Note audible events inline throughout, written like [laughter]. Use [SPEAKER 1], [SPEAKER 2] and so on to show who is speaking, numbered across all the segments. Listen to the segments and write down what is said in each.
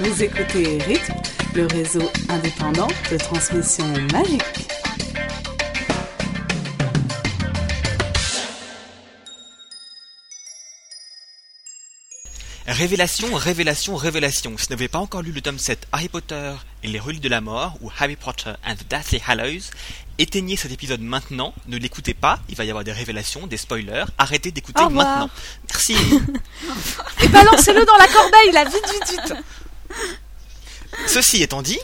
[SPEAKER 1] Vous écoutez Rythme, le réseau indépendant de transmission magique.
[SPEAKER 2] Révélation, révélation, révélation. Si vous n'avez pas encore lu le tome 7 Harry Potter et les reliques de la mort ou Harry Potter and the Deathly Hallows, éteignez cet épisode maintenant, ne l'écoutez pas, il va y avoir des révélations, des spoilers, arrêtez d'écouter
[SPEAKER 3] Au revoir.
[SPEAKER 2] maintenant. Merci. [laughs]
[SPEAKER 3] Et ben balancez-le dans la corbeille, là, vite, vite, vite.
[SPEAKER 2] Ceci étant dit,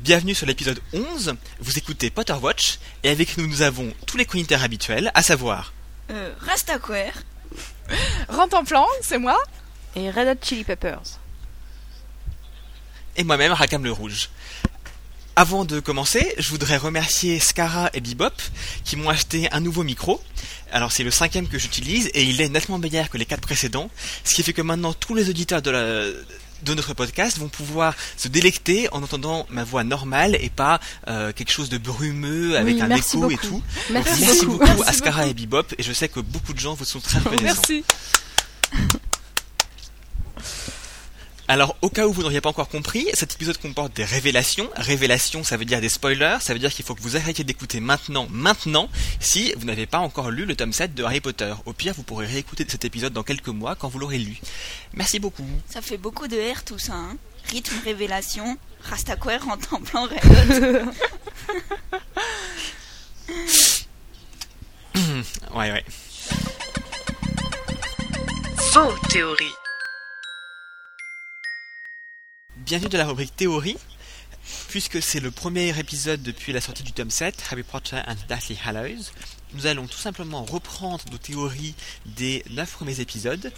[SPEAKER 2] bienvenue sur l'épisode 11, vous écoutez Potter Watch et avec nous nous avons tous les chroniqueurs habituels, à savoir
[SPEAKER 4] Euh, Rastaquaire.
[SPEAKER 5] Rente en plan, c'est moi.
[SPEAKER 3] Et Red Hot Chili Peppers.
[SPEAKER 2] et moi-même Rakam le Rouge. Avant de commencer, je voudrais remercier Scara et Bebop qui m'ont acheté un nouveau micro. Alors c'est le cinquième que j'utilise et il est nettement meilleur que les quatre précédents, ce qui fait que maintenant tous les auditeurs de, la- de notre podcast vont pouvoir se délecter en entendant ma voix normale et pas euh, quelque chose de brumeux avec
[SPEAKER 3] Oui,
[SPEAKER 2] un
[SPEAKER 3] merci
[SPEAKER 2] écho et
[SPEAKER 3] beaucoup.
[SPEAKER 2] tout. Donc,
[SPEAKER 3] Merci,
[SPEAKER 2] merci
[SPEAKER 3] beaucoup.
[SPEAKER 2] beaucoup, à Scara et Bebop et je sais que beaucoup de gens vous sont très reconnaissants.
[SPEAKER 5] Merci.
[SPEAKER 2] Alors, au cas où vous n'auriez pas encore compris, cet épisode comporte des révélations. Révélations, ça veut dire des spoilers, ça veut dire qu'il faut que vous arrêtiez d'écouter maintenant, maintenant, si vous n'avez pas encore lu le tome 7 de Harry Potter. Au pire, vous pourrez réécouter cet épisode dans quelques mois quand vous l'aurez lu. Merci beaucoup.
[SPEAKER 4] Ça fait beaucoup de R tout ça. Hein. Rythme, révélation. Rastaquaire rentre en [laughs] plan rêve.
[SPEAKER 2] Ouais, ouais.
[SPEAKER 1] Vos théories.
[SPEAKER 2] Bienvenue dans la rubrique théorie. Puisque c'est le premier épisode depuis la sortie du tome 7, Harry Potter and the Deathly Hallows, nous allons tout simplement reprendre nos théories des 9 premiers épisodes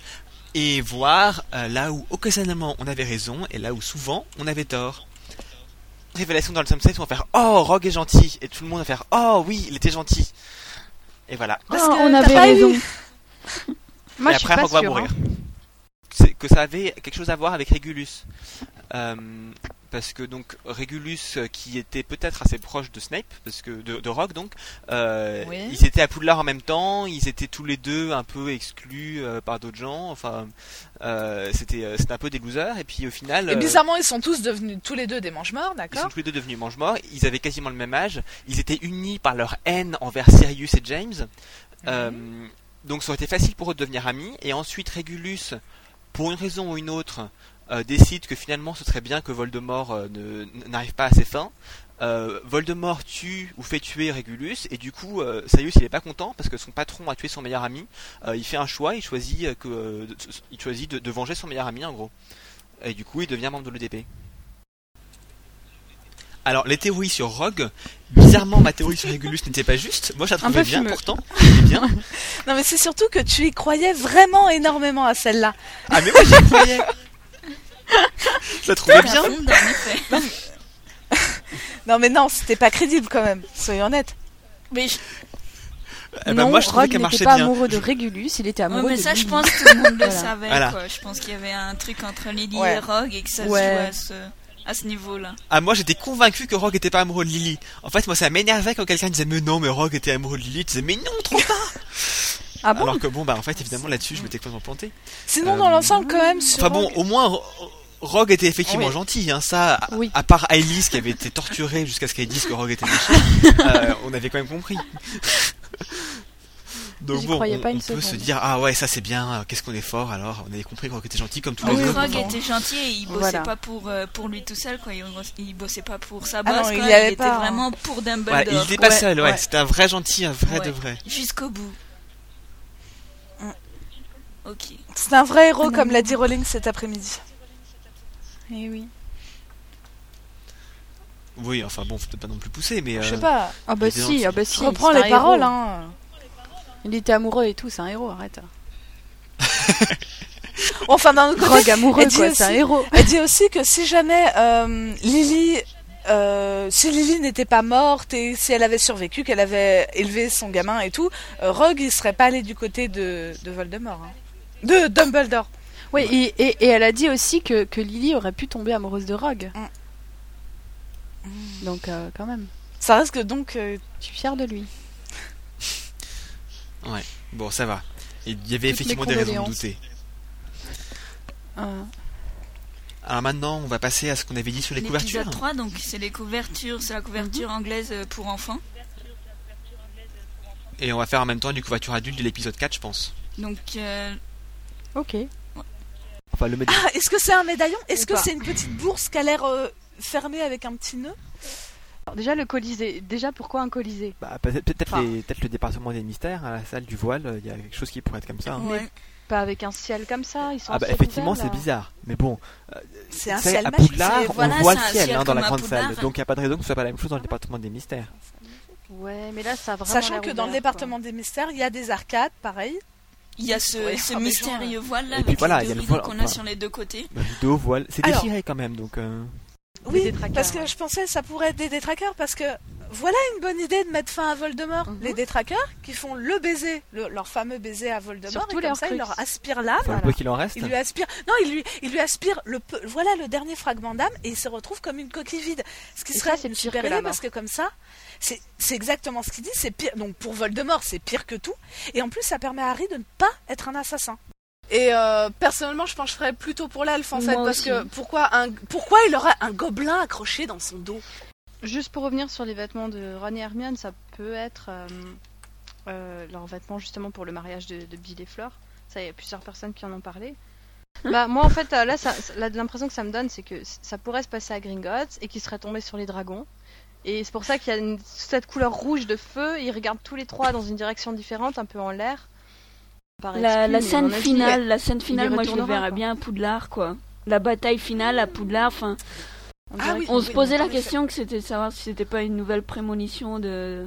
[SPEAKER 2] et voir euh, là où occasionnellement on avait raison et là où souvent on avait tort. Révélation dans le tome 7, on va faire Oh, Rogue est gentil Et tout le monde va faire Oh, oui, il était gentil Et voilà.
[SPEAKER 3] Parce
[SPEAKER 5] Ah,
[SPEAKER 3] que
[SPEAKER 5] on
[SPEAKER 3] t'as
[SPEAKER 5] avait
[SPEAKER 3] pas
[SPEAKER 5] raison. [laughs]
[SPEAKER 3] eu. Moi,
[SPEAKER 2] et
[SPEAKER 3] je suis
[SPEAKER 2] après,
[SPEAKER 3] pas
[SPEAKER 2] Rogue va
[SPEAKER 3] sûre,
[SPEAKER 2] mourir.
[SPEAKER 3] hein.
[SPEAKER 2] C'est- Que ça avait quelque chose à voir avec Régulus. Euh, parce que donc Régulus, euh, qui était peut-être assez proche de Snape, parce que de, de Rogue donc, euh,
[SPEAKER 3] Oui.
[SPEAKER 2] ils étaient à Poudlard en même temps, ils étaient tous les deux un peu exclus euh, par d'autres gens. Enfin, euh, c'était euh, c'était un peu des losers. Et puis au final,
[SPEAKER 5] Et
[SPEAKER 2] euh,
[SPEAKER 5] bizarrement, ils sont tous devenus tous les deux des mange-morts,
[SPEAKER 2] ils sont
[SPEAKER 5] d'accord
[SPEAKER 2] tous les deux devenus mange-morts. Ils avaient quasiment le même âge. Ils étaient unis par leur haine envers Sirius et James. Euh, donc ça aurait été facile pour eux de devenir amis. Et ensuite, Régulus, pour une raison ou une autre, euh, décide que finalement ce serait bien que Voldemort euh, ne- n'arrive pas à ses fins. Euh, Voldemort tue ou fait tuer Régulus et du coup euh, Sirius il est pas content parce que son patron a tué son meilleur ami. Euh, il fait un choix, il choisit euh, que euh, de- il choisit de, de venger son meilleur ami en gros. Et du coup il devient membre de l'EDP. Alors les théories sur Rogue, bizarrement ma théorie sur Régulus n'était pas juste. Moi je la
[SPEAKER 5] Un peu
[SPEAKER 2] trouvais bien
[SPEAKER 5] fumeux.
[SPEAKER 2] pourtant. Elle est bien.
[SPEAKER 5] Non, mais c'est surtout que tu y croyais vraiment énormément à celle-là.
[SPEAKER 2] Ah mais moi j'y
[SPEAKER 3] [laughs]
[SPEAKER 2] croyais Je la trouvais
[SPEAKER 4] Ça
[SPEAKER 2] bien
[SPEAKER 4] fonde, en effet.
[SPEAKER 5] Non, mais non, c'était pas crédible quand même, soyons honnêtes.
[SPEAKER 4] Mais je-
[SPEAKER 2] Eh ben,
[SPEAKER 3] non,
[SPEAKER 2] Moi je trouvais
[SPEAKER 3] Rogue
[SPEAKER 2] qu'elle
[SPEAKER 3] n'était
[SPEAKER 2] marchait
[SPEAKER 3] pas
[SPEAKER 2] bien
[SPEAKER 3] amoureux de Régulus, il était
[SPEAKER 4] Ouais,
[SPEAKER 3] amoureux
[SPEAKER 4] mais
[SPEAKER 3] de
[SPEAKER 4] ça, je
[SPEAKER 3] Lily.
[SPEAKER 4] pense que tout le monde le
[SPEAKER 3] Voilà.
[SPEAKER 4] savait.
[SPEAKER 2] Voilà.
[SPEAKER 4] Quoi. Je pense qu'il y avait un truc entre Lily
[SPEAKER 5] Ouais.
[SPEAKER 4] et Rogue et que ça
[SPEAKER 3] Ouais.
[SPEAKER 4] se jouait à ce, à ce niveau-là.
[SPEAKER 2] Ah moi j'étais convaincu que Rogue était pas amoureux de Lily En fait moi ça m'énervait quand quelqu'un disait Mais non mais Rogue était amoureux de Lily Tu disais mais non trop tard
[SPEAKER 3] Ah bon
[SPEAKER 2] Alors que bon bah en fait évidemment là-dessus je m'étais complètement planté
[SPEAKER 5] Sinon,
[SPEAKER 2] Euh,
[SPEAKER 5] dans l'ensemble, quand même, sur
[SPEAKER 2] Enfin bon
[SPEAKER 5] Rogue-
[SPEAKER 2] au moins Ro- Rogue était effectivement
[SPEAKER 5] Oui.
[SPEAKER 2] gentil hein, ça à,
[SPEAKER 3] Oui.
[SPEAKER 2] à part Alice qui avait été torturée jusqu'à ce qu'elle dise que Rogue était méchant euh, on avait quand même compris Donc
[SPEAKER 3] J'y
[SPEAKER 2] bon,
[SPEAKER 3] croyais
[SPEAKER 2] on,
[SPEAKER 3] pas une
[SPEAKER 2] on peut se
[SPEAKER 3] seconde.
[SPEAKER 2] dire ah ouais ça c'est bien, euh, qu'est-ce qu'on est fort alors, on avait compris que Rogue était gentil comme tous
[SPEAKER 5] Ah
[SPEAKER 2] les
[SPEAKER 4] Donc,
[SPEAKER 5] oui,
[SPEAKER 2] autres.
[SPEAKER 4] Rogue
[SPEAKER 5] bon.
[SPEAKER 4] était gentil et il bossait
[SPEAKER 3] Voilà.
[SPEAKER 4] pas pour, euh, pour lui tout seul. Quoi. Il, il bossait pas pour sa
[SPEAKER 5] non,
[SPEAKER 4] bosse. quoi.
[SPEAKER 5] il y
[SPEAKER 4] il
[SPEAKER 5] allait
[SPEAKER 4] était
[SPEAKER 5] pas, hein.
[SPEAKER 4] vraiment pour
[SPEAKER 2] Ouais,
[SPEAKER 4] Dumbledore.
[SPEAKER 2] il était pas
[SPEAKER 5] Ouais,
[SPEAKER 2] seul, ouais.
[SPEAKER 5] ouais.
[SPEAKER 2] C'était un vrai gentil, un vrai de
[SPEAKER 4] Ouais.
[SPEAKER 2] vrai.
[SPEAKER 4] Jusqu'au bout. Hum. Ok.
[SPEAKER 5] C'est un vrai héros,
[SPEAKER 3] Non.
[SPEAKER 5] comme l'a dit Rowling cet après-midi.
[SPEAKER 3] Eh oui.
[SPEAKER 2] Oui, enfin bon, faut peut-être pas non plus pousser, mais.
[SPEAKER 5] Je
[SPEAKER 2] euh,
[SPEAKER 5] sais pas,
[SPEAKER 3] Ah bah
[SPEAKER 2] Il est
[SPEAKER 3] si,
[SPEAKER 2] gentil.
[SPEAKER 3] ah bah si.
[SPEAKER 5] je reprends
[SPEAKER 3] c'est un
[SPEAKER 5] les paroles,
[SPEAKER 3] héros.
[SPEAKER 5] hein.
[SPEAKER 3] Il était amoureux et tout, c'est un héros,
[SPEAKER 6] [laughs]
[SPEAKER 3] arrête.
[SPEAKER 5] Enfin, d'un autre côté,
[SPEAKER 3] Rogue amoureux,
[SPEAKER 5] Et dis
[SPEAKER 3] quoi, c'est un
[SPEAKER 5] aussi-
[SPEAKER 3] héros.
[SPEAKER 5] Elle dit aussi que si jamais euh, Lily, euh, si Lily n'était pas morte et si elle avait survécu, qu'elle avait élevé son gamin et tout, euh, Rogue il serait pas allé du côté de, de Voldemort, hein. de Dumbledore.
[SPEAKER 3] Oui, et, et- et elle a dit aussi que, que Lily aurait pu tomber amoureuse de Rogue.
[SPEAKER 5] Mm.
[SPEAKER 6] Mm.
[SPEAKER 3] Donc, euh, quand même,
[SPEAKER 5] Ça risque donc. euh,
[SPEAKER 3] je suis fière de lui.
[SPEAKER 2] Bon, ça va. Il y avait
[SPEAKER 3] Toutes mes
[SPEAKER 2] effectivement des raisons de
[SPEAKER 5] Ah.
[SPEAKER 3] condoléances.
[SPEAKER 2] douter.
[SPEAKER 3] Euh,
[SPEAKER 2] Alors maintenant, on va passer à ce qu'on avait dit sur les couvertures.
[SPEAKER 4] L'épisode 3, donc c'est les couvertures, c'est la couverture
[SPEAKER 5] Mhm.
[SPEAKER 4] anglaise euh, pour enfants.
[SPEAKER 2] Et on va faire en même temps les couvertures adultes de l'épisode 4, je pense.
[SPEAKER 4] Donc euh,
[SPEAKER 6] Ok.
[SPEAKER 2] Enfin, le médaillon.
[SPEAKER 5] Ah, est-ce que c'est un médaillon Est-ce
[SPEAKER 6] Ou
[SPEAKER 5] que
[SPEAKER 6] pas.
[SPEAKER 5] c'est une petite bourse qui a l'air euh, fermée avec un petit nœud
[SPEAKER 6] Alors, déjà, le colisée. Déjà, pourquoi un colisée
[SPEAKER 7] Bah, peut- peut-être
[SPEAKER 6] Enfin.
[SPEAKER 7] les- peut-être le département des mystères, à la salle du voile, euh, il y a quelque chose qui pourrait être comme
[SPEAKER 2] Ah.
[SPEAKER 7] ça. hein.
[SPEAKER 4] ouais.
[SPEAKER 6] Pas avec un ciel comme ça. Ils sont
[SPEAKER 7] Ah bah
[SPEAKER 6] en ciel
[SPEAKER 7] effectivement
[SPEAKER 6] ouvert,
[SPEAKER 7] c'est
[SPEAKER 6] là.
[SPEAKER 7] bizarre, mais bon,
[SPEAKER 5] C'est un
[SPEAKER 7] tu sais,
[SPEAKER 5] ciel
[SPEAKER 7] à
[SPEAKER 5] magique.
[SPEAKER 7] Poudlard
[SPEAKER 4] c'est-
[SPEAKER 7] on
[SPEAKER 4] voilà,
[SPEAKER 7] voit
[SPEAKER 4] c'est
[SPEAKER 7] le
[SPEAKER 4] un
[SPEAKER 7] ciel
[SPEAKER 4] ciel
[SPEAKER 7] hein, dans la
[SPEAKER 4] comme à
[SPEAKER 7] grande salle,
[SPEAKER 4] Poudlard.
[SPEAKER 7] donc il n'y a pas de raison que ce soit pas la même chose dans le département des mystères.
[SPEAKER 6] Ouais, mais là, ça a vraiment.
[SPEAKER 5] Sachant
[SPEAKER 6] l'air
[SPEAKER 5] que dans le
[SPEAKER 6] ouvert,
[SPEAKER 5] département des mystères, il y a des arcades, pareil.
[SPEAKER 4] Il y a
[SPEAKER 5] Ouais,
[SPEAKER 4] ce, ce
[SPEAKER 5] ah, mais
[SPEAKER 4] mystérieux voile là
[SPEAKER 7] Et puis
[SPEAKER 4] avec
[SPEAKER 7] voilà,
[SPEAKER 4] les
[SPEAKER 7] il y a
[SPEAKER 4] deux
[SPEAKER 7] le
[SPEAKER 4] rideaux
[SPEAKER 7] voile,
[SPEAKER 4] qu'on a
[SPEAKER 7] enfin.
[SPEAKER 4] sur les deux côtés.
[SPEAKER 7] Bah, Rideau, voile, c'est
[SPEAKER 5] Alors.
[SPEAKER 7] déchiré quand même, donc euh,
[SPEAKER 6] Des
[SPEAKER 5] Oui,
[SPEAKER 6] détraqueurs.
[SPEAKER 5] parce que je pensais que ça pourrait être des détraqueurs, parce que voilà une bonne idée de mettre fin à Voldemort.
[SPEAKER 6] Mhm.
[SPEAKER 5] Les détraqueurs qui font le baiser, le- leur fameux baiser à Voldemort,
[SPEAKER 6] Surtout
[SPEAKER 5] et comme
[SPEAKER 6] leur
[SPEAKER 5] ça, il
[SPEAKER 6] crux.
[SPEAKER 5] leur aspire l'âme.
[SPEAKER 7] faut un
[SPEAKER 6] Voilà.
[SPEAKER 7] peu qu'il en reste.
[SPEAKER 5] Il lui aspire, non, il lui, il lui aspire le, peu- voilà le dernier fragment d'âme et il se retrouve comme une coquille vide. Ce qui
[SPEAKER 6] Et
[SPEAKER 5] serait
[SPEAKER 6] ça, c'est
[SPEAKER 5] une
[SPEAKER 6] pire
[SPEAKER 5] super
[SPEAKER 6] que la
[SPEAKER 5] idée
[SPEAKER 6] mort.
[SPEAKER 5] parce que comme ça, c'est c'est exactement ce qu'il dit, c'est pire. Donc pour Voldemort, c'est pire que tout. Et en plus, ça permet à Harry de ne pas être un assassin. Et euh, personnellement, je pencherais plutôt pour l'elfe en
[SPEAKER 6] Moi
[SPEAKER 5] fait, parce
[SPEAKER 6] aussi.
[SPEAKER 5] que pourquoi un, pourquoi il aurait un gobelin accroché dans son dos
[SPEAKER 6] Juste pour revenir sur les vêtements de Ron et Hermione, ça peut être euh, euh, leurs vêtements justement pour le mariage de, de Bill et Fleur. Ça, il y a plusieurs personnes qui en ont parlé.
[SPEAKER 5] [laughs]
[SPEAKER 6] Bah moi en fait euh, là, ça- là, l'impression que ça me donne c'est que c- ça pourrait se passer à Gringotts et qu'ils seraient tombés sur les dragons. Et c'est pour ça qu'il y a une- cette couleur rouge de feu. Ils regardent tous les trois dans une direction différente, un peu en l'air. Par
[SPEAKER 8] La,
[SPEAKER 6] exclu,
[SPEAKER 8] la
[SPEAKER 6] mais à
[SPEAKER 8] scène
[SPEAKER 6] mon avis,
[SPEAKER 8] finale, la scène
[SPEAKER 6] il
[SPEAKER 8] finale,
[SPEAKER 6] y
[SPEAKER 8] moi je le
[SPEAKER 6] retournera,
[SPEAKER 8] verrais
[SPEAKER 6] quoi.
[SPEAKER 8] bien à Poudlard, quoi. La bataille finale à Poudlard, enfin,
[SPEAKER 6] en
[SPEAKER 5] Ah
[SPEAKER 6] direct-
[SPEAKER 5] oui.
[SPEAKER 8] on se posait
[SPEAKER 5] en
[SPEAKER 8] la
[SPEAKER 5] effet.
[SPEAKER 8] question que c'était de savoir si c'était pas une nouvelle prémonition de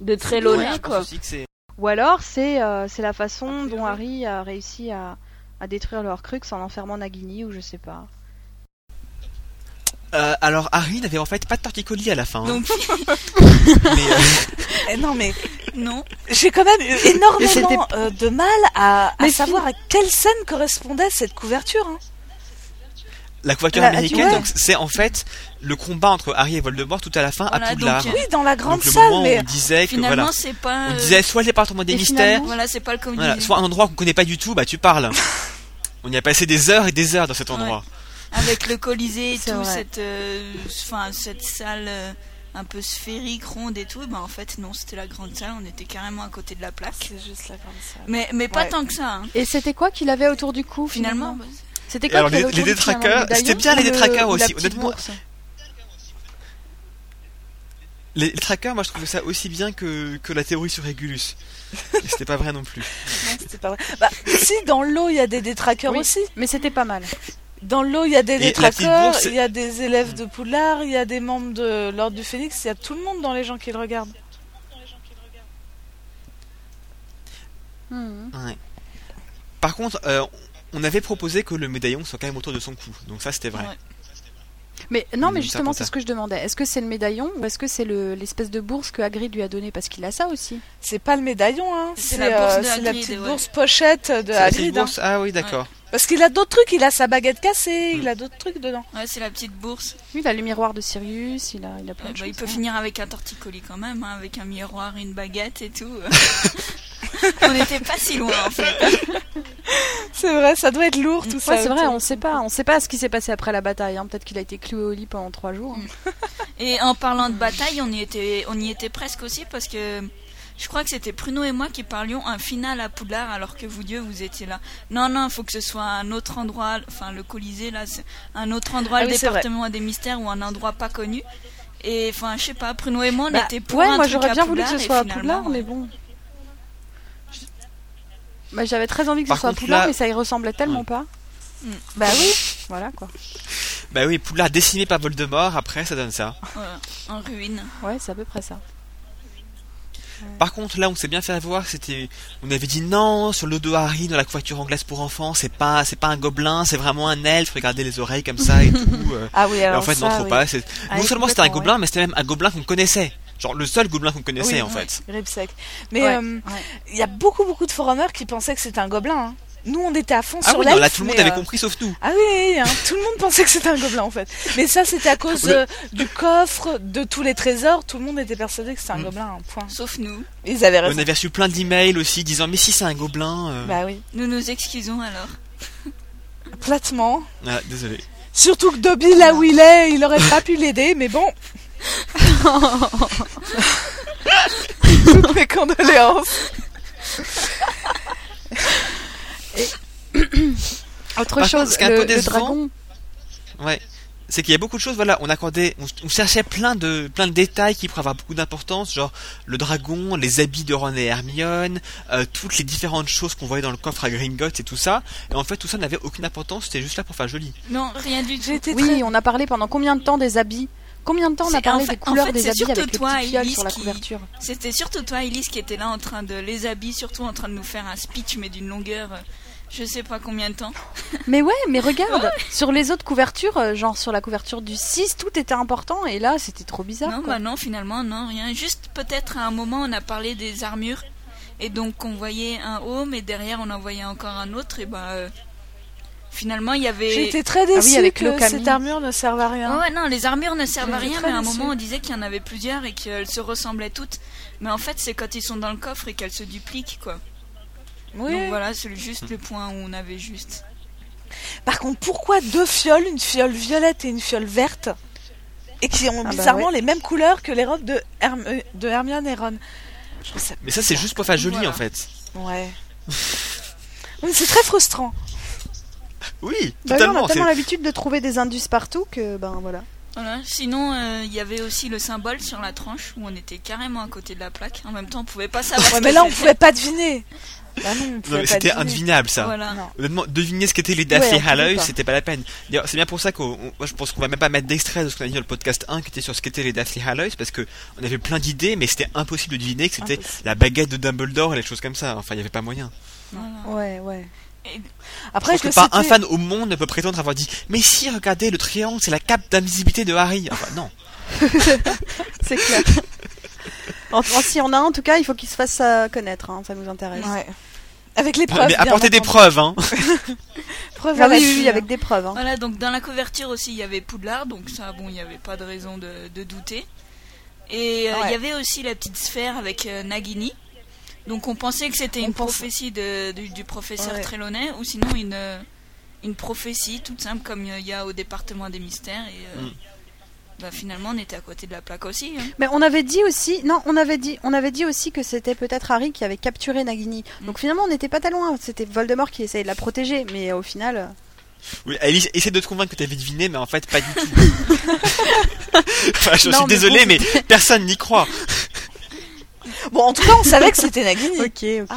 [SPEAKER 8] de
[SPEAKER 2] Ouais,
[SPEAKER 8] Trelawney,
[SPEAKER 2] je pense
[SPEAKER 8] quoi.
[SPEAKER 2] aussi que c'est.
[SPEAKER 6] Ou alors c'est euh, c'est la façon dont Harry a réussi à, à détruire leur crux en enfermant Nagini ou je sais pas.
[SPEAKER 2] Euh, alors Harry n'avait en fait pas de torticolis à la fin. hein.
[SPEAKER 4] Donc
[SPEAKER 2] Mais, euh,
[SPEAKER 5] [laughs] Eh Non mais
[SPEAKER 4] non,
[SPEAKER 5] j'ai quand même eu énormément
[SPEAKER 7] c'était-
[SPEAKER 5] euh, de mal à, à
[SPEAKER 8] Mais
[SPEAKER 5] savoir à quelle scène correspondait cette couverture. hein.
[SPEAKER 2] la couverture
[SPEAKER 5] La-
[SPEAKER 2] américaine,
[SPEAKER 5] ouais.
[SPEAKER 2] donc c'est en fait le combat entre Harry et Voldemort tout à la fin à
[SPEAKER 4] Voilà,
[SPEAKER 2] Poudlard.
[SPEAKER 4] donc,
[SPEAKER 5] Oui, dans la euh, grande
[SPEAKER 2] Donc, le
[SPEAKER 5] salle,
[SPEAKER 2] moment
[SPEAKER 5] mais
[SPEAKER 2] où on disait que
[SPEAKER 4] finalement
[SPEAKER 2] voilà,
[SPEAKER 4] c'est pas.
[SPEAKER 2] on
[SPEAKER 4] euh,
[SPEAKER 2] disait soit le département des
[SPEAKER 6] et
[SPEAKER 2] mystères,
[SPEAKER 6] finalement-
[SPEAKER 4] Voilà, c'est pas le communisme.
[SPEAKER 2] voilà, soit un endroit qu'on connaît pas du tout, bah tu parles. on y a passé des heures et des heures dans cet endroit.
[SPEAKER 4] Avec le Colisée et
[SPEAKER 6] C'est
[SPEAKER 4] tout,
[SPEAKER 6] vrai.
[SPEAKER 4] cette, euh, enfin, cette salle euh, un peu sphérique, ronde et tout, ben en fait, non, c'était la grande salle, on était carrément à côté de la plaque.
[SPEAKER 5] c'est juste la grande salle.
[SPEAKER 4] Mais, mais pas
[SPEAKER 5] Ouais.
[SPEAKER 4] tant que ça, hein.
[SPEAKER 6] Et c'était quoi qu'il avait autour du cou
[SPEAKER 4] finalement. bah,
[SPEAKER 6] C'était
[SPEAKER 2] Et
[SPEAKER 6] quoi
[SPEAKER 2] alors,
[SPEAKER 6] qu'il
[SPEAKER 2] les-
[SPEAKER 6] avait autour
[SPEAKER 2] les
[SPEAKER 6] du cou, finalement,
[SPEAKER 2] détraqueurs,
[SPEAKER 6] le médaillon
[SPEAKER 2] c'était bien les
[SPEAKER 6] ou le-
[SPEAKER 2] détraqueurs
[SPEAKER 6] ou la
[SPEAKER 2] aussi,
[SPEAKER 6] petite
[SPEAKER 2] honnêtement.
[SPEAKER 6] bourse
[SPEAKER 2] Les trackers, moi je trouve ça aussi bien que, que la théorie sur Regulus. Et C'était pas vrai non plus.
[SPEAKER 5] C'est pas vrai. Bah, si, dans l'eau, il y a des détraqueurs
[SPEAKER 6] Oui.
[SPEAKER 5] aussi.
[SPEAKER 6] Mais c'était pas mal.
[SPEAKER 5] Dans l'eau, il y a des
[SPEAKER 2] Et la
[SPEAKER 5] détraqueurs,
[SPEAKER 2] petite bourse-
[SPEAKER 5] il y a des élèves de Poudlard, il y a des membres de l'Ordre du Phénix, il y a tout le monde dans les gens qui le regardent.
[SPEAKER 6] Hmm.
[SPEAKER 2] Ouais. Par contre, euh, on avait proposé que le médaillon soit quand même autour de son cou. Donc ça c'était vrai.
[SPEAKER 4] Ouais.
[SPEAKER 6] Mais non, mais
[SPEAKER 2] Mmh,
[SPEAKER 6] justement,
[SPEAKER 2] ça
[SPEAKER 6] c'est ce que je demandais. Est-ce que c'est le médaillon ou est-ce que c'est le- l'espèce de bourse que Hagrid lui a donnée parce qu'il a ça aussi
[SPEAKER 5] C'est pas le médaillon, hein.
[SPEAKER 4] C'est la bourse de
[SPEAKER 5] c'est la
[SPEAKER 4] Hagrid,
[SPEAKER 5] petite
[SPEAKER 4] ouais.
[SPEAKER 5] bourse pochette
[SPEAKER 2] C'est
[SPEAKER 5] de
[SPEAKER 2] la petite
[SPEAKER 5] Hagrid. hein.
[SPEAKER 2] bourse Ah oui, d'accord.
[SPEAKER 5] Parce qu'il a d'autres trucs, il a sa baguette cassée,
[SPEAKER 2] Mm.
[SPEAKER 5] il a d'autres trucs dedans.
[SPEAKER 4] ouais, c'est la petite bourse.
[SPEAKER 6] Lui, il a le miroir de Sirius, il a, il a
[SPEAKER 4] Euh,
[SPEAKER 6] plein de
[SPEAKER 4] bah, il
[SPEAKER 6] choses.
[SPEAKER 4] peut
[SPEAKER 6] hein.
[SPEAKER 4] finir avec un torticolis quand même, hein, avec un miroir, une baguette et tout. on n'était pas si loin en fait.
[SPEAKER 5] C'est vrai, ça doit être lourd tout ça.
[SPEAKER 6] Mm. Ouais, c'est vrai, on sait pas. On sait pas ce qui s'est passé après la bataille. hein. Peut-être qu'il a été cloué au lit pendant trois jours. hein.
[SPEAKER 4] Et en parlant de bataille, on y était, on y était presque aussi parce que je crois que c'était Pruno et moi qui parlions un final à Poudlard alors que vous Dieu vous étiez là. Non non, il faut que ce soit un autre endroit, enfin le Colisée là, c'est un autre endroit,
[SPEAKER 5] Ah
[SPEAKER 4] le
[SPEAKER 5] oui, c'est vrai.
[SPEAKER 4] département des mystères ou un endroit pas connu. Et enfin, je sais pas, Pruno et moi on
[SPEAKER 6] Bah,
[SPEAKER 4] était pour
[SPEAKER 6] ouais,
[SPEAKER 4] un
[SPEAKER 6] moi
[SPEAKER 4] truc
[SPEAKER 6] j'aurais
[SPEAKER 4] à
[SPEAKER 6] bien voulu que ce
[SPEAKER 4] Poudlard, et
[SPEAKER 6] soit à
[SPEAKER 4] finalement, euh,
[SPEAKER 6] Poudlard, mais bon. Bah, j'avais très envie que
[SPEAKER 2] Par
[SPEAKER 6] ce soit
[SPEAKER 2] contre,
[SPEAKER 6] à Poudlard,
[SPEAKER 2] là-
[SPEAKER 6] mais ça y ressemblait tellement
[SPEAKER 2] Ouais.
[SPEAKER 6] pas.
[SPEAKER 4] Mm.
[SPEAKER 6] Bah oui, voilà quoi.
[SPEAKER 2] Bah oui, Poudlard dessiné par Voldemort, après ça donne ça.
[SPEAKER 4] euh, en ruine.
[SPEAKER 6] Ouais, c'est à peu près
[SPEAKER 4] [laughs]
[SPEAKER 6] ça.
[SPEAKER 2] Par contre, là, on s'est bien fait avoir, c'était, on avait dit non, sur le dos de Harry, dans la couverture anglaise pour enfants, c'est pas, c'est pas un gobelin, c'est vraiment un elfe, regardez les oreilles comme ça et tout. euh.
[SPEAKER 5] Ah oui,
[SPEAKER 2] Et
[SPEAKER 5] [laughs] alors
[SPEAKER 2] en fait,
[SPEAKER 5] ça,
[SPEAKER 2] non, trop
[SPEAKER 5] oui.
[SPEAKER 2] pas. c'est-
[SPEAKER 6] Ah
[SPEAKER 2] non
[SPEAKER 6] oui,
[SPEAKER 2] seulement c'était un
[SPEAKER 6] complètement,
[SPEAKER 2] gobelin, mais c'était même un gobelin qu'on connaissait. Genre le seul gobelin qu'on connaissait,
[SPEAKER 5] Oui,
[SPEAKER 2] en
[SPEAKER 4] ouais.
[SPEAKER 2] fait.
[SPEAKER 5] Rip sec. Mais
[SPEAKER 6] Ouais,
[SPEAKER 5] euh,
[SPEAKER 6] ouais.
[SPEAKER 5] il y a beaucoup, beaucoup de forumers qui pensaient que c'était un gobelin. hein. Nous, on était à fond
[SPEAKER 2] Ah
[SPEAKER 5] sur
[SPEAKER 2] oui, non, là,
[SPEAKER 5] l'elfe,
[SPEAKER 2] tout le monde
[SPEAKER 5] mais,
[SPEAKER 2] avait
[SPEAKER 5] euh,
[SPEAKER 2] compris sauf nous.
[SPEAKER 5] Ah oui, oui, oui, hein. tout le monde pensait que c'était un gobelin en fait. Mais ça, c'était à cause
[SPEAKER 2] Le-
[SPEAKER 5] euh, du coffre, de tous les trésors. Tout le monde était persuadé que c'était un
[SPEAKER 2] Mm.
[SPEAKER 5] gobelin, un point.
[SPEAKER 4] Sauf nous.
[SPEAKER 5] Ils avaient raison.
[SPEAKER 2] On avait reçu plein d'emails aussi disant mais si c'est un gobelin. euh.
[SPEAKER 5] Bah oui.
[SPEAKER 4] Nous nous excusons alors.
[SPEAKER 5] Platement.
[SPEAKER 2] Ah, désolé.
[SPEAKER 5] Surtout que Dobby, là où il est, il aurait pas pu l'aider, mais bon. Toutes mes condoléances.
[SPEAKER 6] [coughs] Autre
[SPEAKER 2] Par
[SPEAKER 6] chose,
[SPEAKER 2] contre, ce qui est un
[SPEAKER 6] le,
[SPEAKER 2] peu
[SPEAKER 6] le
[SPEAKER 2] décevant-
[SPEAKER 6] dragon.
[SPEAKER 2] Ouais. C'est qu'il y a beaucoup de choses, voilà, on accordait, on, on cherchait plein de, plein de détails qui pourraient avoir beaucoup d'importance, genre le dragon, les habits de Ron et Hermione, euh, toutes les différentes choses qu'on voyait dans le coffre à Gringotts et tout ça. Et en fait, tout ça n'avait aucune importance, c'était juste là pour faire joli.
[SPEAKER 4] Non, rien du tout.
[SPEAKER 5] J'ai été très
[SPEAKER 6] Oui, on a parlé pendant combien de temps des habits Combien de temps on
[SPEAKER 4] C'est-
[SPEAKER 6] a
[SPEAKER 4] en
[SPEAKER 6] parlé
[SPEAKER 4] fait-
[SPEAKER 6] des
[SPEAKER 4] en
[SPEAKER 6] couleurs
[SPEAKER 4] fait,
[SPEAKER 6] des
[SPEAKER 4] c'est
[SPEAKER 6] habits
[SPEAKER 4] surtout
[SPEAKER 6] avec le
[SPEAKER 4] toi,
[SPEAKER 6] petit fiole
[SPEAKER 4] Elise,
[SPEAKER 6] sur la
[SPEAKER 4] qui-
[SPEAKER 6] couverture
[SPEAKER 4] C'était surtout toi, Elise, qui était là en train de les habits, surtout en train de nous faire un speech, mais d'une longueur, euh, je sais pas combien de temps.
[SPEAKER 6] Mais ouais, mais regarde, sur les autres couvertures, euh, genre sur la couverture du 6, tout était important et là, c'était trop bizarre.
[SPEAKER 4] non,
[SPEAKER 6] quoi.
[SPEAKER 4] bah non, finalement, non, rien. Juste peut-être à un moment, on a parlé des armures, et donc on voyait un home, et derrière, on en voyait encore un autre, et bah. euh, finalement, il y avait.
[SPEAKER 5] J'ai été très
[SPEAKER 6] Ah oui,
[SPEAKER 5] déçue
[SPEAKER 6] avec le Hein
[SPEAKER 5] que
[SPEAKER 6] Camille.
[SPEAKER 5] cette armure ne serve à rien.
[SPEAKER 4] Ouais, ouais, non, les armures ne servent à
[SPEAKER 5] J'étais
[SPEAKER 4] rien,
[SPEAKER 5] très
[SPEAKER 4] mais à un
[SPEAKER 5] déçue.
[SPEAKER 4] moment on disait qu'il y en avait plusieurs et qu'elles se ressemblaient toutes. Mais en fait, c'est quand ils sont dans le coffre et qu'elles se dupliquent, quoi. Donc
[SPEAKER 5] Oui.
[SPEAKER 4] voilà, c'est juste le point où on avait juste.
[SPEAKER 5] Par contre, pourquoi deux fioles, une fiole violette et une fiole verte, et qui ont
[SPEAKER 6] bah
[SPEAKER 5] bizarrement les mêmes couleurs que les robes de, Herm- euh, de Hermione et Ron Je trouve ça.
[SPEAKER 2] Mais ça, c'est juste pour faire joli,
[SPEAKER 4] Voilà.
[SPEAKER 2] en fait.
[SPEAKER 6] [laughs]
[SPEAKER 5] Ouais. Oui, c'est très frustrant.
[SPEAKER 2] Oui,
[SPEAKER 6] Bah oui, on
[SPEAKER 2] totalement.
[SPEAKER 6] a tellement
[SPEAKER 2] c'est-
[SPEAKER 6] l'habitude de trouver des indices partout que ben voilà.
[SPEAKER 4] Voilà. Sinon, euh, il y avait aussi le symbole sur la tranche où on était carrément à côté de la plaque. En même temps, on pouvait pas savoir.
[SPEAKER 5] Ouais,
[SPEAKER 4] ce
[SPEAKER 5] mais
[SPEAKER 4] que
[SPEAKER 5] là, on
[SPEAKER 4] c'était.
[SPEAKER 5] pouvait pas deviner. Bah non, on
[SPEAKER 2] Non,
[SPEAKER 5] pouvait
[SPEAKER 2] mais
[SPEAKER 5] pas
[SPEAKER 2] c'était
[SPEAKER 5] deviner.
[SPEAKER 2] indivinable, ça.
[SPEAKER 4] Voilà.
[SPEAKER 5] Non.
[SPEAKER 2] Honnêtement, deviner ce qu'étaient les
[SPEAKER 5] Ouais,
[SPEAKER 2] Daffy
[SPEAKER 5] on pouvait
[SPEAKER 2] Hallows,
[SPEAKER 5] pas.
[SPEAKER 2] c'était pas la peine. D'ailleurs, c'est bien pour ça que moi je pense qu'on va même pas mettre d'extrait de ce qu'on a dit dans le podcast 1 qui était sur ce qu'étaient les Daffy Hallows parce que on avait plein d'idées mais c'était impossible de deviner que c'était la baguette de Dumbledore et les choses comme ça. Enfin, il y avait pas moyen.
[SPEAKER 4] Voilà.
[SPEAKER 5] [laughs]
[SPEAKER 6] Ouais, ouais.
[SPEAKER 2] Je
[SPEAKER 5] Après,
[SPEAKER 2] pense
[SPEAKER 5] que
[SPEAKER 2] que pas un
[SPEAKER 5] c'était-
[SPEAKER 2] fan au monde ne peut prétendre avoir dit "Mais si, regardez le triangle, c'est la cape d'invisibilité de Harry." Enfin, non.
[SPEAKER 6] C'est clair. en, en- s'il y en a un, en tout cas, il faut qu'il se fasse euh, connaître, hein, ça nous intéresse.
[SPEAKER 5] Ouais. Avec les preuves.
[SPEAKER 2] mais
[SPEAKER 5] bien
[SPEAKER 2] apportez des
[SPEAKER 5] entendu.
[SPEAKER 2] preuves hein. [laughs]
[SPEAKER 6] Preuve
[SPEAKER 5] Ah oui,
[SPEAKER 6] là-dessus,
[SPEAKER 5] oui, oui.
[SPEAKER 6] avec des preuves. hein.
[SPEAKER 4] Voilà, donc dans la couverture aussi, il y avait Poudlard, donc ça, bon, il n'y avait pas de raison de, de douter. Et euh, il
[SPEAKER 5] Ouais.
[SPEAKER 4] y avait aussi la petite sphère avec euh, Nagini. Donc on pensait que c'était
[SPEAKER 5] On
[SPEAKER 4] une
[SPEAKER 5] pense-
[SPEAKER 4] prophétie de, du, du professeur
[SPEAKER 5] Ouais.
[SPEAKER 4] Trelawney, ou sinon une, euh, une prophétie toute simple comme euh, il y a au département des mystères. Et euh,
[SPEAKER 2] Mm.
[SPEAKER 4] bah, finalement, on était à côté de la plaque aussi. hein.
[SPEAKER 6] Mais on avait dit aussi, non, on avait dit, on avait dit aussi que c'était peut-être Harry qui avait capturé Nagini. Donc finalement, on n'était pas très loin. C'était Voldemort qui essayait de la protéger, mais au final, euh,
[SPEAKER 2] Oui, Alice, essaie de te convaincre que t'avais deviné mais en fait pas du tout. Enfin, je
[SPEAKER 6] Non,
[SPEAKER 2] suis
[SPEAKER 6] mais
[SPEAKER 2] désolé
[SPEAKER 6] bon,
[SPEAKER 2] mais personne n'y croit.
[SPEAKER 5] Bon, en tout cas, on savait que c'était Nagini.
[SPEAKER 6] ok, [laughs] ok.
[SPEAKER 5] Ah.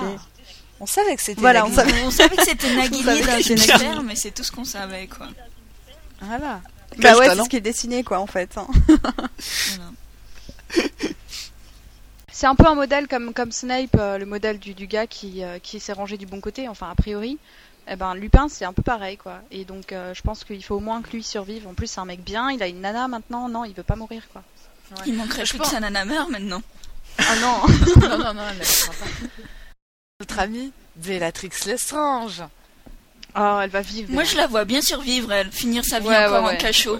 [SPEAKER 5] On savait que c'était
[SPEAKER 6] Voilà,
[SPEAKER 5] Nagini.
[SPEAKER 6] on
[SPEAKER 4] [laughs]
[SPEAKER 6] savait.
[SPEAKER 4] On savait que c'était
[SPEAKER 6] On
[SPEAKER 4] Nagini
[SPEAKER 6] savait
[SPEAKER 4] dans
[SPEAKER 2] que
[SPEAKER 4] une
[SPEAKER 2] c'était-
[SPEAKER 4] sphère, mais c'est tout ce qu'on savait, quoi.
[SPEAKER 6] [laughs]
[SPEAKER 5] Voilà.
[SPEAKER 6] Bah ouais, c'est
[SPEAKER 2] talent.
[SPEAKER 6] ce qui est dessiné, quoi, en fait. hein.
[SPEAKER 4] Voilà.
[SPEAKER 6] C'est un peu un modèle comme, comme Snape, euh, le modèle du, du gars qui, euh, qui s'est rangé du bon côté, enfin a priori. Eh ben, Lupin, c'est un peu pareil, quoi. Et donc, euh, je pense qu'il faut au moins que lui survive. En plus, c'est un mec bien, il a une nana maintenant. Non, il veut pas mourir, quoi.
[SPEAKER 4] Il manquerait plus que
[SPEAKER 5] pense-
[SPEAKER 4] sa nana meure maintenant.
[SPEAKER 6] Ah
[SPEAKER 5] [laughs]
[SPEAKER 6] non
[SPEAKER 5] non, non, non, elle ne le fera pas. Notre amie Bellatrix Lestrange.
[SPEAKER 6] Ah, elle va vivre.
[SPEAKER 4] Moi, je la vois bien survivre, elle, finir sa vie
[SPEAKER 5] Ouais,
[SPEAKER 4] encore
[SPEAKER 5] ouais,
[SPEAKER 4] en
[SPEAKER 5] ouais.
[SPEAKER 4] cachot.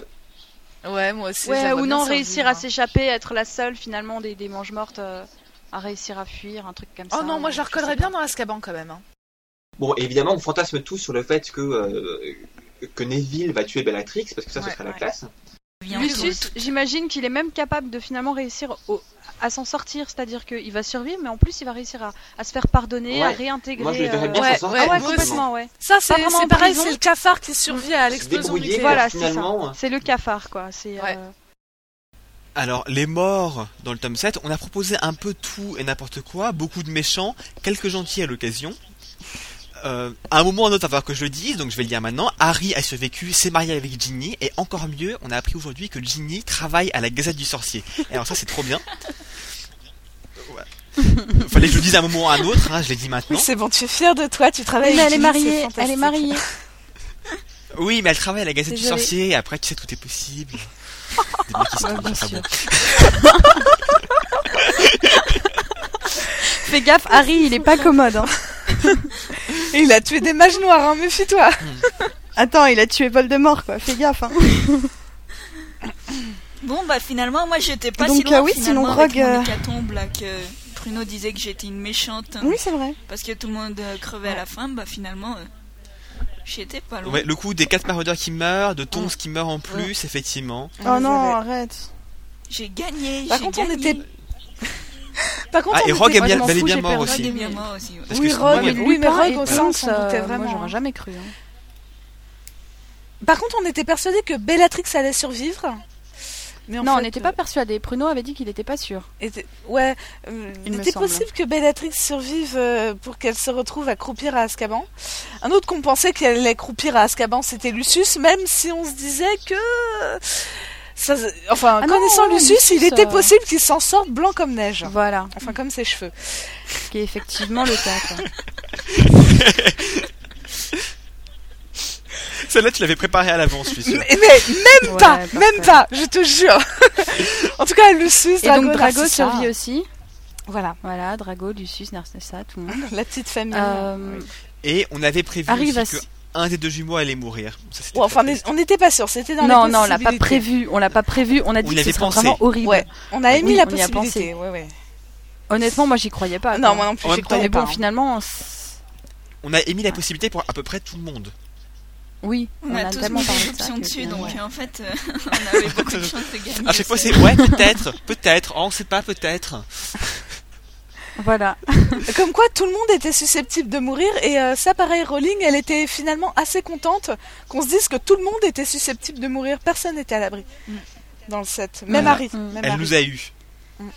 [SPEAKER 5] Ouais, moi aussi. je la
[SPEAKER 6] ouais,
[SPEAKER 5] vois
[SPEAKER 6] ou
[SPEAKER 5] bien
[SPEAKER 6] non,
[SPEAKER 5] survivre,
[SPEAKER 6] réussir à
[SPEAKER 5] hein.
[SPEAKER 6] s'échapper, être la seule, finalement, des, des manches mortes euh, à réussir à fuir, un truc comme ça. euh,
[SPEAKER 5] Oh non, moi je la
[SPEAKER 6] sais
[SPEAKER 5] recollerais
[SPEAKER 6] pas.
[SPEAKER 5] bien dans l'Azkaban quand même. hein.
[SPEAKER 9] Bon, évidemment, on fantasme tous sur le fait que, euh, que Neville va tuer Bellatrix, parce que ça,
[SPEAKER 5] Ouais,
[SPEAKER 9] ce serait
[SPEAKER 5] ouais.
[SPEAKER 9] la classe.
[SPEAKER 4] Bien sûr,
[SPEAKER 6] Lucius,
[SPEAKER 4] tout-
[SPEAKER 6] j'imagine qu'il est même capable de finalement réussir au- à s'en sortir, c'est-à-dire qu'il va survivre, mais en plus il va réussir à, à se faire pardonner,
[SPEAKER 9] Ouais.
[SPEAKER 6] à réintégrer.
[SPEAKER 9] Moi, je le verrais bien
[SPEAKER 6] euh,
[SPEAKER 5] ouais,
[SPEAKER 9] s'en
[SPEAKER 5] ouais,
[SPEAKER 9] sortir.
[SPEAKER 6] Ah ouais,
[SPEAKER 5] moi aussi.
[SPEAKER 6] complètement, ouais.
[SPEAKER 5] Ça, c'est
[SPEAKER 6] vraiment
[SPEAKER 5] c'est
[SPEAKER 6] en
[SPEAKER 5] pareil,
[SPEAKER 6] prison.
[SPEAKER 5] c'est le cafard qui survit à
[SPEAKER 9] Se
[SPEAKER 5] l'explosion
[SPEAKER 9] débrouiller,
[SPEAKER 5] nucléaire.
[SPEAKER 6] Voilà,
[SPEAKER 9] voilà,
[SPEAKER 6] c'est
[SPEAKER 9] finalement.
[SPEAKER 6] C'est le cafard, quoi. C'est euh,
[SPEAKER 5] Ouais.
[SPEAKER 2] Alors, les morts dans le tome 7, on a proposé un peu tout et n'importe quoi, beaucoup de méchants, quelques gentils à l'occasion. Euh, à un moment ou à un autre, il va falloir que je le dise, donc je vais le dire maintenant. Harry a survécu, s'est marié avec Ginny, et encore mieux, on a appris aujourd'hui que Ginny travaille à la Gazette du Sorcier. Et alors ça, c'est trop bien. Ouais. Fallait que je le dise à un moment ou à un autre, hein, je l'ai dit
[SPEAKER 5] Oui,
[SPEAKER 2] maintenant.
[SPEAKER 5] c'est bon, tu es fier de toi, tu travailles
[SPEAKER 6] Mais
[SPEAKER 5] avec
[SPEAKER 6] elle est
[SPEAKER 5] Julie, c'est
[SPEAKER 6] mariée, elle
[SPEAKER 5] fantastique.
[SPEAKER 6] est [laughs] mariée.
[SPEAKER 2] Oui, mais elle travaille à la Gazette
[SPEAKER 6] Désolée.
[SPEAKER 2] du Sorcier, et après, tu sais, tout est possible. Des mecs qui se trompent, enfin, bon.
[SPEAKER 6] Fais gaffe, Harry, il est pas commode. hein.
[SPEAKER 5] Et il a tué des mages noirs, hein, méfie-toi.
[SPEAKER 6] Attends, il a tué Voldemort, quoi. Fais gaffe. Hein.
[SPEAKER 4] Bon, bah finalement, moi j'étais pas
[SPEAKER 6] Donc,
[SPEAKER 4] si loin
[SPEAKER 6] euh, oui,
[SPEAKER 4] finalement
[SPEAKER 6] sinon,
[SPEAKER 4] avec
[SPEAKER 6] Rogue,
[SPEAKER 4] mon
[SPEAKER 6] euh,
[SPEAKER 4] hécatombe, là, que Pruno disait que j'étais une méchante hein,
[SPEAKER 6] Oui, c'est vrai.
[SPEAKER 4] parce que tout le monde euh, crevait à la fin. Bah finalement, euh, J'étais pas loin.
[SPEAKER 2] Ouais, le coup des quatre maraudeurs qui meurent, de Tonce qui meurt en plus, effectivement.
[SPEAKER 5] On
[SPEAKER 6] Oh
[SPEAKER 5] les
[SPEAKER 6] non,
[SPEAKER 5] avait.
[SPEAKER 6] arrête.
[SPEAKER 4] J'ai gagné.
[SPEAKER 5] Par
[SPEAKER 4] j'ai
[SPEAKER 5] contre, on
[SPEAKER 4] gagné.
[SPEAKER 5] était- Par contre,
[SPEAKER 2] Ah, et
[SPEAKER 5] on
[SPEAKER 2] Rogue
[SPEAKER 5] était-
[SPEAKER 2] est bien,
[SPEAKER 5] Moi,
[SPEAKER 2] bel et
[SPEAKER 5] je m'en
[SPEAKER 2] bien
[SPEAKER 5] fous,
[SPEAKER 2] mort
[SPEAKER 5] j'ai
[SPEAKER 4] Rogue est
[SPEAKER 2] aussi.
[SPEAKER 5] perdu.
[SPEAKER 4] bien mort aussi. ouais.
[SPEAKER 2] Parce
[SPEAKER 5] Oui,
[SPEAKER 2] que
[SPEAKER 5] Rogue,
[SPEAKER 2] moi, il y a-
[SPEAKER 5] oui, mais
[SPEAKER 6] Lupin
[SPEAKER 5] Rogue,
[SPEAKER 6] et
[SPEAKER 5] au sens,
[SPEAKER 6] Tonks,
[SPEAKER 5] euh,
[SPEAKER 6] euh,
[SPEAKER 5] doutait
[SPEAKER 6] moi,
[SPEAKER 5] vraiment.
[SPEAKER 6] j'aurais jamais cru. hein.
[SPEAKER 5] Par contre, on était persuadé que Bellatrix allait survivre. Mais en
[SPEAKER 6] Non, on
[SPEAKER 5] fait,
[SPEAKER 6] n'était
[SPEAKER 5] euh,
[SPEAKER 6] pas persuadés. Pruno avait dit qu'il n'était pas sûr.
[SPEAKER 5] était- Ouais, euh,
[SPEAKER 6] Il
[SPEAKER 5] il
[SPEAKER 6] me
[SPEAKER 5] était
[SPEAKER 6] semble.
[SPEAKER 5] possible que Bellatrix survive euh, pour qu'elle se retrouve à croupir à Azkaban. Un autre qu'on pensait qu'elle allait croupir à Azkaban, c'était Lucius, même si on se disait que... euh, ça se- enfin,
[SPEAKER 6] Ah non,
[SPEAKER 5] connaissant
[SPEAKER 6] ouais,
[SPEAKER 5] Lucius, il
[SPEAKER 6] Lucius,
[SPEAKER 5] était
[SPEAKER 6] euh,
[SPEAKER 5] possible qu'il s'en sorte blanc comme neige.
[SPEAKER 6] Voilà,
[SPEAKER 5] Enfin, comme ses cheveux.
[SPEAKER 6] ce qui est effectivement le [laughs] cas. quoi.
[SPEAKER 2] Celle-là, tu l'avais préparée à l'avance, je suis sûr.
[SPEAKER 5] Mais, mais même
[SPEAKER 6] Ouais,
[SPEAKER 5] pas,
[SPEAKER 6] parfait.
[SPEAKER 5] même pas, je te jure. en tout cas, Lucius,
[SPEAKER 6] Et donc
[SPEAKER 5] Drago
[SPEAKER 6] Drago
[SPEAKER 5] Narcissa,
[SPEAKER 6] survit aussi.
[SPEAKER 5] Voilà,
[SPEAKER 6] Voilà, Drago, Lucius, Narcissa, tout le monde.
[SPEAKER 5] la petite famille.
[SPEAKER 6] Euh,
[SPEAKER 2] Et on avait prévu
[SPEAKER 6] Arrive
[SPEAKER 2] aussi
[SPEAKER 6] à-
[SPEAKER 2] que un des deux jumeaux allait mourir. Ça, c'était
[SPEAKER 5] Ou enfin,
[SPEAKER 2] très
[SPEAKER 5] mais on n'était pas sûr, c'était dans
[SPEAKER 6] Non,
[SPEAKER 5] les
[SPEAKER 6] non, on l'a pas
[SPEAKER 5] possibilités.
[SPEAKER 6] prévu. On l'a pas prévu. On a
[SPEAKER 2] On
[SPEAKER 6] dit
[SPEAKER 2] y
[SPEAKER 6] que
[SPEAKER 2] avait
[SPEAKER 6] ce serait
[SPEAKER 2] pensé.
[SPEAKER 6] vraiment horrible.
[SPEAKER 5] Ouais, on a
[SPEAKER 6] Oui,
[SPEAKER 5] émis la
[SPEAKER 6] on y a pensé.
[SPEAKER 5] possibilité. Ouais, ouais.
[SPEAKER 6] Honnêtement, moi, j'y croyais pas.
[SPEAKER 5] Non,
[SPEAKER 6] quoi.
[SPEAKER 5] moi non plus,
[SPEAKER 2] En
[SPEAKER 5] j'y
[SPEAKER 2] même
[SPEAKER 5] croyais
[SPEAKER 6] Mais
[SPEAKER 5] pas.
[SPEAKER 6] bon,
[SPEAKER 5] hein.
[SPEAKER 6] finalement, on s-
[SPEAKER 2] On a émis la possibilité pour à peu près tout le monde.
[SPEAKER 6] oui,
[SPEAKER 4] On, a, tous
[SPEAKER 6] tellement
[SPEAKER 4] mis des
[SPEAKER 6] parlé de ça
[SPEAKER 4] options
[SPEAKER 6] que
[SPEAKER 4] dessus, donc
[SPEAKER 6] finalement, ouais.
[SPEAKER 4] en fait, euh, [laughs] on avait
[SPEAKER 2] [laughs]
[SPEAKER 4] beaucoup de chance de gagner.
[SPEAKER 2] À chaque fois,
[SPEAKER 4] aussi.
[SPEAKER 2] c'est ouais, peut-être, [laughs] peut-être, oh, on sait pas, peut-être.
[SPEAKER 6] Voilà.
[SPEAKER 5] hein. Comme quoi, tout le monde était susceptible de mourir, et euh, ça, pareil, Rowling, elle était finalement assez contente qu'on se dise que tout le monde était susceptible de mourir, personne n'était à l'abri.
[SPEAKER 6] Mm.
[SPEAKER 5] Dans le set, même
[SPEAKER 2] Voilà.
[SPEAKER 5] Harry.
[SPEAKER 6] Mm.
[SPEAKER 5] même
[SPEAKER 2] Elle
[SPEAKER 5] Harry.
[SPEAKER 2] nous a eu.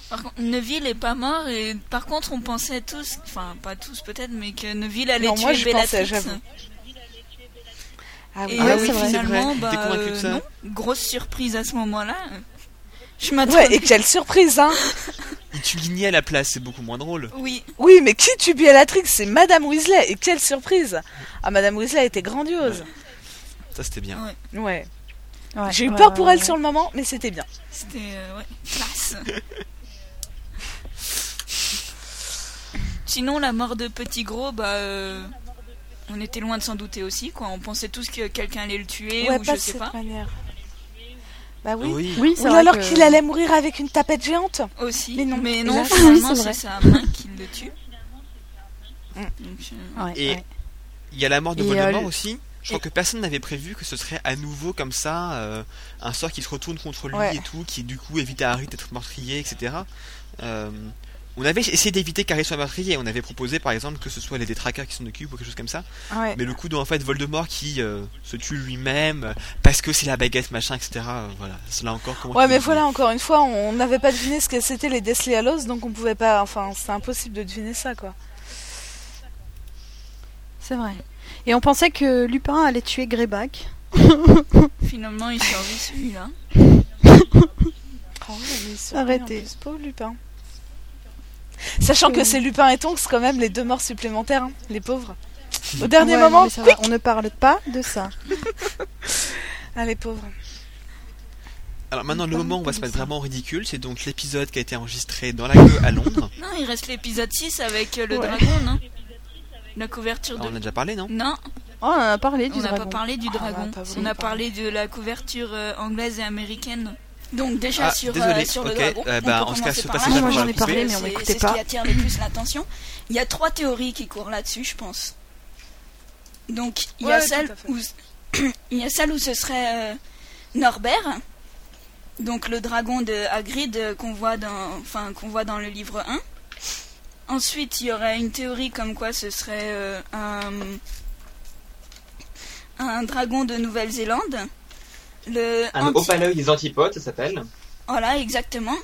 [SPEAKER 4] Par contre, Neville est pas mort et par contre on pensait tous, enfin pas tous peut-être, mais que Neville allait
[SPEAKER 5] Non,
[SPEAKER 4] tuer
[SPEAKER 5] moi, j'y pensais,
[SPEAKER 4] Bellatrix.
[SPEAKER 5] j'avoue. Ah oui,
[SPEAKER 4] et
[SPEAKER 2] Ah
[SPEAKER 4] euh,
[SPEAKER 2] oui, c'est vrai.
[SPEAKER 4] finalement,
[SPEAKER 2] T'es
[SPEAKER 4] bah,
[SPEAKER 2] convaincu de ça
[SPEAKER 4] non, grosse surprise à ce moment-là. Je m'attendais.
[SPEAKER 5] Ouais, et quelle surprise, hein
[SPEAKER 2] Il tue Guigny à la place, c'est beaucoup moins drôle.
[SPEAKER 4] Oui,
[SPEAKER 5] Oui, mais qui tue Bellatrix C'est Madame Weasley, et quelle surprise Ah, Madame Weasley était grandiose.
[SPEAKER 2] Ça, c'était bien.
[SPEAKER 5] Ouais.
[SPEAKER 6] Ouais,
[SPEAKER 5] J'ai eu
[SPEAKER 6] ouais,
[SPEAKER 5] peur
[SPEAKER 6] ouais,
[SPEAKER 5] pour
[SPEAKER 6] ouais,
[SPEAKER 5] elle
[SPEAKER 6] ouais.
[SPEAKER 5] sur le moment, mais c'était bien.
[SPEAKER 4] c'était euh, ouais, classe. Sinon, la mort de Petit Gros, bah, euh, on était loin de s'en douter aussi, quoi. On pensait tous que quelqu'un allait le tuer
[SPEAKER 5] ouais,
[SPEAKER 4] ou je
[SPEAKER 5] pas de
[SPEAKER 4] sais
[SPEAKER 5] cette
[SPEAKER 4] pas.
[SPEAKER 5] manière. Bah oui.
[SPEAKER 2] Oui.
[SPEAKER 6] Oui, c'est
[SPEAKER 5] Ou
[SPEAKER 6] vrai
[SPEAKER 5] alors
[SPEAKER 6] que-
[SPEAKER 5] qu'il allait mourir avec une tapette géante.
[SPEAKER 4] Aussi,
[SPEAKER 5] Mais non.
[SPEAKER 6] Là, c'est-
[SPEAKER 4] finalement,
[SPEAKER 6] oui,
[SPEAKER 4] c'est
[SPEAKER 6] c'est
[SPEAKER 4] sa main qui le tue.
[SPEAKER 5] Mm.
[SPEAKER 4] Donc, euh,
[SPEAKER 6] Ouais,
[SPEAKER 2] Et-
[SPEAKER 6] ouais.
[SPEAKER 2] Il y a la mort de
[SPEAKER 6] Et,
[SPEAKER 2] Voldemort
[SPEAKER 6] euh,
[SPEAKER 2] aussi. Je crois que personne n'avait prévu que ce serait à nouveau comme ça, euh, un sort qui se retourne contre lui
[SPEAKER 5] Ouais.
[SPEAKER 2] et tout, qui du coup évite à Harry d'être meurtrier, etc. Euh, on avait essayé d'éviter qu'Harry soit meurtrier. On avait proposé par exemple que ce soit les détraqueurs qui s'en occupent ou quelque chose comme ça.
[SPEAKER 5] Ouais.
[SPEAKER 2] Mais le coup de en fait Voldemort qui euh, se tue lui-même euh, parce que c'est la baguette machin, etc. euh, voilà. Cela encore comment.
[SPEAKER 5] Ouais,
[SPEAKER 2] tu
[SPEAKER 5] mais
[SPEAKER 2] le dis
[SPEAKER 5] voilà, encore une fois, on n'avait pas deviné ce que c'était les Deathly Hallows, donc on pouvait pas. Enfin, c'était impossible de deviner ça, quoi.
[SPEAKER 6] c'est vrai. Et on pensait que Lupin allait tuer Greyback.
[SPEAKER 4] Finalement, il survit celui-là.
[SPEAKER 5] Oh, il est surpris,
[SPEAKER 6] Arrêtez.
[SPEAKER 5] en plus, pauvre Lupin. Sachant que
[SPEAKER 6] Oui.
[SPEAKER 5] c'est Lupin et Tonks, quand même, les deux morts supplémentaires, hein, les pauvres. Au dernier
[SPEAKER 6] Ouais, non,
[SPEAKER 5] moment,
[SPEAKER 6] mais ça va, on ne parle pas
[SPEAKER 5] [laughs]
[SPEAKER 6] de ça.
[SPEAKER 5] ah, les pauvres.
[SPEAKER 2] Alors maintenant, le
[SPEAKER 6] Pas
[SPEAKER 2] moment où on va
[SPEAKER 6] comme
[SPEAKER 2] se mettre
[SPEAKER 6] ça.
[SPEAKER 2] vraiment ridicule, c'est donc l'épisode qui a été enregistré dans la queue à
[SPEAKER 6] [laughs]
[SPEAKER 2] Londres. Ah,
[SPEAKER 4] Non, il reste l'épisode 6 avec euh, le
[SPEAKER 6] Ouais.
[SPEAKER 4] dragon, non La couverture
[SPEAKER 2] Alors, on en
[SPEAKER 4] de...
[SPEAKER 2] a déjà parlé, non
[SPEAKER 4] Non,
[SPEAKER 6] Oh, on en a parlé du
[SPEAKER 4] on n'a pas
[SPEAKER 6] dragon.
[SPEAKER 4] parlé du
[SPEAKER 5] Ah, on a
[SPEAKER 4] dragon.
[SPEAKER 5] pas voulu
[SPEAKER 4] on a
[SPEAKER 5] parler.
[SPEAKER 4] parlé de la couverture euh, anglaise et américaine. Donc déjà
[SPEAKER 2] Ah,
[SPEAKER 4] sur, euh,
[SPEAKER 2] désolé.
[SPEAKER 4] sur le
[SPEAKER 2] Ok,
[SPEAKER 4] dragon,
[SPEAKER 2] euh,
[SPEAKER 4] on
[SPEAKER 2] bah,
[SPEAKER 4] peut
[SPEAKER 2] en ce cas,
[SPEAKER 4] commencer
[SPEAKER 2] ce
[SPEAKER 4] par là.
[SPEAKER 2] passage-là, on
[SPEAKER 6] Moi,
[SPEAKER 2] va
[SPEAKER 6] j'en ai
[SPEAKER 2] le
[SPEAKER 6] parlé,
[SPEAKER 2] couper.
[SPEAKER 6] mais on
[SPEAKER 4] C'est-
[SPEAKER 6] m'écoutait
[SPEAKER 4] C'est ce
[SPEAKER 6] pas.
[SPEAKER 4] qui attire le plus l'attention. Il y a trois théories qui courent là-dessus, je pense. Donc, il y a
[SPEAKER 5] Ouais,
[SPEAKER 4] celle
[SPEAKER 5] tout à fait.
[SPEAKER 4] où [clears throat] il y a celle où ce serait euh, Norbert, donc le dragon de Hagrid euh, qu'on voit dans enfin qu'on voit dans le livre 1. Ensuite, il y aurait une théorie comme quoi ce serait euh, un un dragon de Nouvelle-Zélande. Le
[SPEAKER 10] Un
[SPEAKER 4] anti-
[SPEAKER 10] opaleuil des antipodes, ça s'appelle.
[SPEAKER 4] voilà, exactement.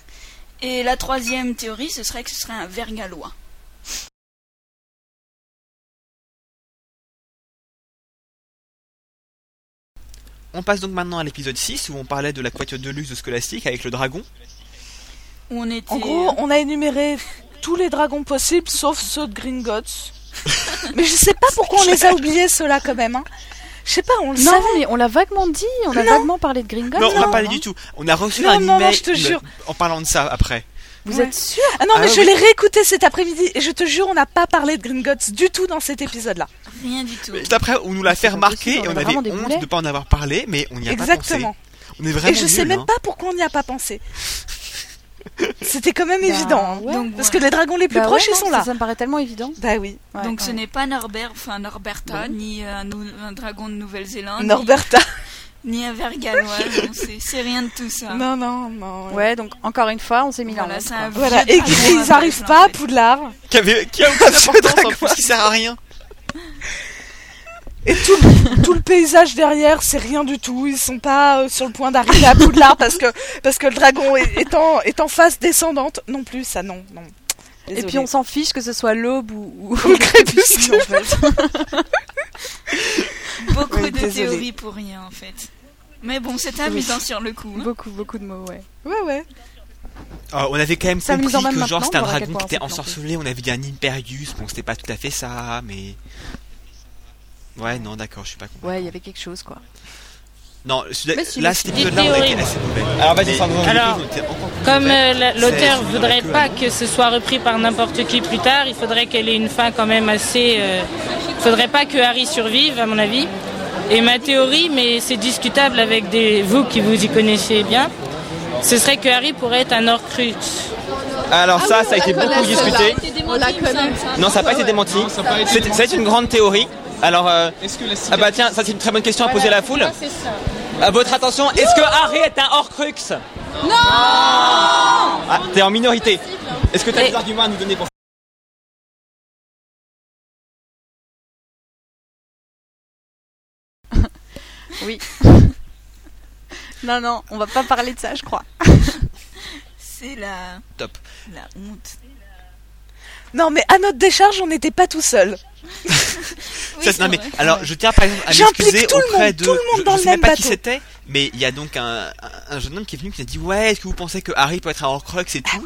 [SPEAKER 4] Et la troisième théorie, ce serait que ce serait un vergalois.
[SPEAKER 2] On passe donc maintenant à l'épisode 6 où on parlait de la quatuor de luxe de Scholastique avec le dragon.
[SPEAKER 4] Où on était.
[SPEAKER 5] En gros, on a énuméré tous les dragons possibles, sauf ceux de
[SPEAKER 6] [laughs]
[SPEAKER 5] Gringotts. mais je sais pas pourquoi on les a oubliés, ceux-là, quand même. Hein. Je sais pas, on le
[SPEAKER 6] Non,
[SPEAKER 5] savait.
[SPEAKER 6] mais on l'a vaguement dit. On a
[SPEAKER 5] Non.
[SPEAKER 6] vaguement parlé de Gringotts.
[SPEAKER 2] non, on n'a
[SPEAKER 6] hein.
[SPEAKER 2] pas parlé du tout. On a reçu
[SPEAKER 5] Non,
[SPEAKER 2] un
[SPEAKER 5] non, non,
[SPEAKER 2] email
[SPEAKER 5] je te jure.
[SPEAKER 2] en parlant de ça après.
[SPEAKER 6] Vous
[SPEAKER 5] Ouais.
[SPEAKER 6] êtes sûr
[SPEAKER 5] Ah non,
[SPEAKER 2] Ah
[SPEAKER 5] mais
[SPEAKER 2] ouais,
[SPEAKER 5] je
[SPEAKER 2] oui.
[SPEAKER 5] l'ai réécouté cet après-midi, et je te jure, on n'a pas parlé de Gringotts du tout dans cet épisode-là.
[SPEAKER 4] euh, Rien du tout.
[SPEAKER 2] Juste après, on nous l'a
[SPEAKER 6] C'est
[SPEAKER 2] fait
[SPEAKER 6] pas
[SPEAKER 2] remarquer
[SPEAKER 6] possible,
[SPEAKER 2] et
[SPEAKER 6] on
[SPEAKER 2] on
[SPEAKER 6] a
[SPEAKER 2] avait
[SPEAKER 6] vraiment des
[SPEAKER 2] honte
[SPEAKER 6] boulets.
[SPEAKER 2] de ne pas en avoir parlé, mais on n'y a pas
[SPEAKER 5] Exactement.
[SPEAKER 2] pensé. On est vraiment hein.
[SPEAKER 5] Et je sais
[SPEAKER 2] nuls,
[SPEAKER 5] même
[SPEAKER 2] hein.
[SPEAKER 5] pas pourquoi on n'y a pas pensé. C'était quand même
[SPEAKER 6] Bah,
[SPEAKER 5] évident. hein.
[SPEAKER 6] ouais.
[SPEAKER 4] Donc,
[SPEAKER 5] Parce que
[SPEAKER 4] voilà.
[SPEAKER 5] les dragons les plus
[SPEAKER 6] Bah
[SPEAKER 5] proches,
[SPEAKER 6] ouais,
[SPEAKER 5] ils
[SPEAKER 6] non,
[SPEAKER 5] sont
[SPEAKER 6] ça-
[SPEAKER 5] là.
[SPEAKER 6] Ça me paraît tellement évident.
[SPEAKER 5] Bah oui.
[SPEAKER 6] Ouais,
[SPEAKER 4] Donc
[SPEAKER 6] ouais.
[SPEAKER 4] ce n'est pas Norbert, enfin Norberta, ni euh, un, nou- un dragon de Nouvelle-Zélande,
[SPEAKER 5] Norberta.
[SPEAKER 4] ni, ni un
[SPEAKER 5] [laughs]
[SPEAKER 4] vergalois, non, c'est- c'est rien de tout ça.
[SPEAKER 5] Non, non, non.
[SPEAKER 6] Ouais, donc encore une fois, on s'est mis là.
[SPEAKER 4] Voilà, c'est un vieux
[SPEAKER 5] Voilà, et
[SPEAKER 4] dragon à
[SPEAKER 5] ils arrivent
[SPEAKER 4] Nouvelle-Zélande,
[SPEAKER 5] pas à
[SPEAKER 4] en fait.
[SPEAKER 5] Poudlard.
[SPEAKER 2] Qui, avait, qui a aucune
[SPEAKER 5] Ce
[SPEAKER 2] importance en
[SPEAKER 5] dragon.
[SPEAKER 2] plus, qui sert à rien.
[SPEAKER 5] Et tout, le- tout le paysage derrière, c'est rien du tout. Ils sont pas euh, sur le point d'arriver à Poudlard parce que, parce que le dragon est, est en, est en face descendante. Non plus, ça non. non.
[SPEAKER 6] Et puis on s'en fiche que ce soit l'aube ou, ou-
[SPEAKER 5] [laughs] Ou le crépuscule.
[SPEAKER 6] en fait.
[SPEAKER 4] [laughs] Beaucoup
[SPEAKER 5] Oui,
[SPEAKER 4] de
[SPEAKER 5] désolée.
[SPEAKER 4] théories pour rien en fait. Mais bon, c'était amusant sur le coup. hein.
[SPEAKER 6] beaucoup, beaucoup de mots, ouais.
[SPEAKER 5] Ouais, ouais.
[SPEAKER 2] Ah, on avait quand même
[SPEAKER 6] Ça,
[SPEAKER 2] compris
[SPEAKER 6] nous emmène
[SPEAKER 2] que genre
[SPEAKER 6] maintenant,
[SPEAKER 2] c'était un
[SPEAKER 6] on verra à
[SPEAKER 2] dragon qui
[SPEAKER 6] quel point
[SPEAKER 2] était
[SPEAKER 6] on s'est planté.
[SPEAKER 2] ensorcelé, on avait dit un Imperius, bon c'était pas tout à fait ça, mais... Ouais, non, d'accord, je suis pas convaincu.
[SPEAKER 6] Ouais, il y avait quelque chose, quoi.
[SPEAKER 2] Non, celui-
[SPEAKER 6] Mais si,
[SPEAKER 2] là,
[SPEAKER 6] mais
[SPEAKER 2] cet
[SPEAKER 11] si.
[SPEAKER 2] épisode-là,
[SPEAKER 11] Des
[SPEAKER 2] on a été
[SPEAKER 11] théories.
[SPEAKER 2] assez mauvais.
[SPEAKER 10] Alors vas-y,
[SPEAKER 2] Mais-
[SPEAKER 10] Sandro.
[SPEAKER 11] Alors,
[SPEAKER 2] on était encore plus
[SPEAKER 11] Comme
[SPEAKER 2] mauvais.
[SPEAKER 11] euh, la-
[SPEAKER 2] C'est-
[SPEAKER 11] l'auteur
[SPEAKER 2] c'est une
[SPEAKER 11] voudrait
[SPEAKER 2] vraie
[SPEAKER 11] pas
[SPEAKER 2] queue,
[SPEAKER 11] que ce soit repris par n'importe qui plus tard, il faudrait qu'elle ait une fin quand même assez. euh, faudrait pas que Harry survive, à mon avis. Et ma théorie, mais c'est discutable avec des, vous qui vous y connaissez bien, ce serait que Harry pourrait être un Horcrux.
[SPEAKER 10] Alors ça, ça a été beaucoup discuté. Ah Non, ça n'a pas été démenti. C'est c'est une grande théorie. Alors, euh, ah bah tiens, ça c'est une très bonne question à poser à la foule. À votre attention, est-ce que Harry est un Horcrux Non Ah, t'es en minorité. Est-ce que t'as des arguments à nous donner pour ça
[SPEAKER 6] Non, non, on va pas parler de ça, je crois.
[SPEAKER 4] [laughs] C'est la...
[SPEAKER 2] Top.
[SPEAKER 4] la honte.
[SPEAKER 5] Non, mais à notre décharge, on n'était pas tout seul.
[SPEAKER 4] Oui,
[SPEAKER 2] Ça, c'est- non, mais,
[SPEAKER 4] vrai.
[SPEAKER 2] alors, je tiens par exemple à
[SPEAKER 5] J'implique
[SPEAKER 2] m'excuser
[SPEAKER 5] tout le
[SPEAKER 2] auprès
[SPEAKER 5] monde,
[SPEAKER 2] de.
[SPEAKER 5] tout le monde
[SPEAKER 2] je-
[SPEAKER 5] dans
[SPEAKER 2] je
[SPEAKER 5] le
[SPEAKER 2] sais
[SPEAKER 5] même
[SPEAKER 2] pas qui
[SPEAKER 5] bateau.
[SPEAKER 2] c'était, mais il y a donc un, un- un jeune homme qui est venu qui a dit Ouais, est-ce que vous pensez que Harry peut être un Horcrux et tout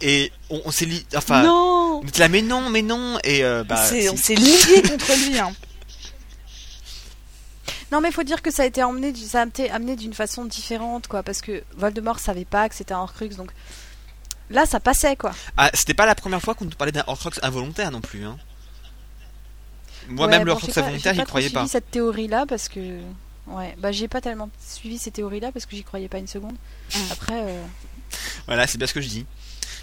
[SPEAKER 2] Et on, on s'est li... Enfin.
[SPEAKER 5] Ah non
[SPEAKER 2] On était là, mais non, mais non Et euh, bah.
[SPEAKER 5] C'est-
[SPEAKER 2] si.
[SPEAKER 5] On s'est liés contre lui. Hein.
[SPEAKER 6] Non, mais faut dire que ça a été emmené, ça a été amené d'une façon différente, quoi, parce que Voldemort savait pas que c'était un Horcrux, donc là, ça passait, quoi.
[SPEAKER 2] Ah, c'était pas la première fois qu'on nous parlait d'un Horcrux involontaire non plus. Hein. Moi-même, le
[SPEAKER 6] Ouais, bon,
[SPEAKER 2] Horcrux
[SPEAKER 6] j'ai pas-
[SPEAKER 2] involontaire,
[SPEAKER 6] j'ai
[SPEAKER 2] j'y
[SPEAKER 6] trop
[SPEAKER 2] croyais pas.
[SPEAKER 6] suivi cette théorie-là parce que. Ouais, bah j'ai pas tellement suivi ces théories-là parce que j'y croyais pas une seconde. Après, euh,
[SPEAKER 2] Voilà, c'est bien ce que je dis.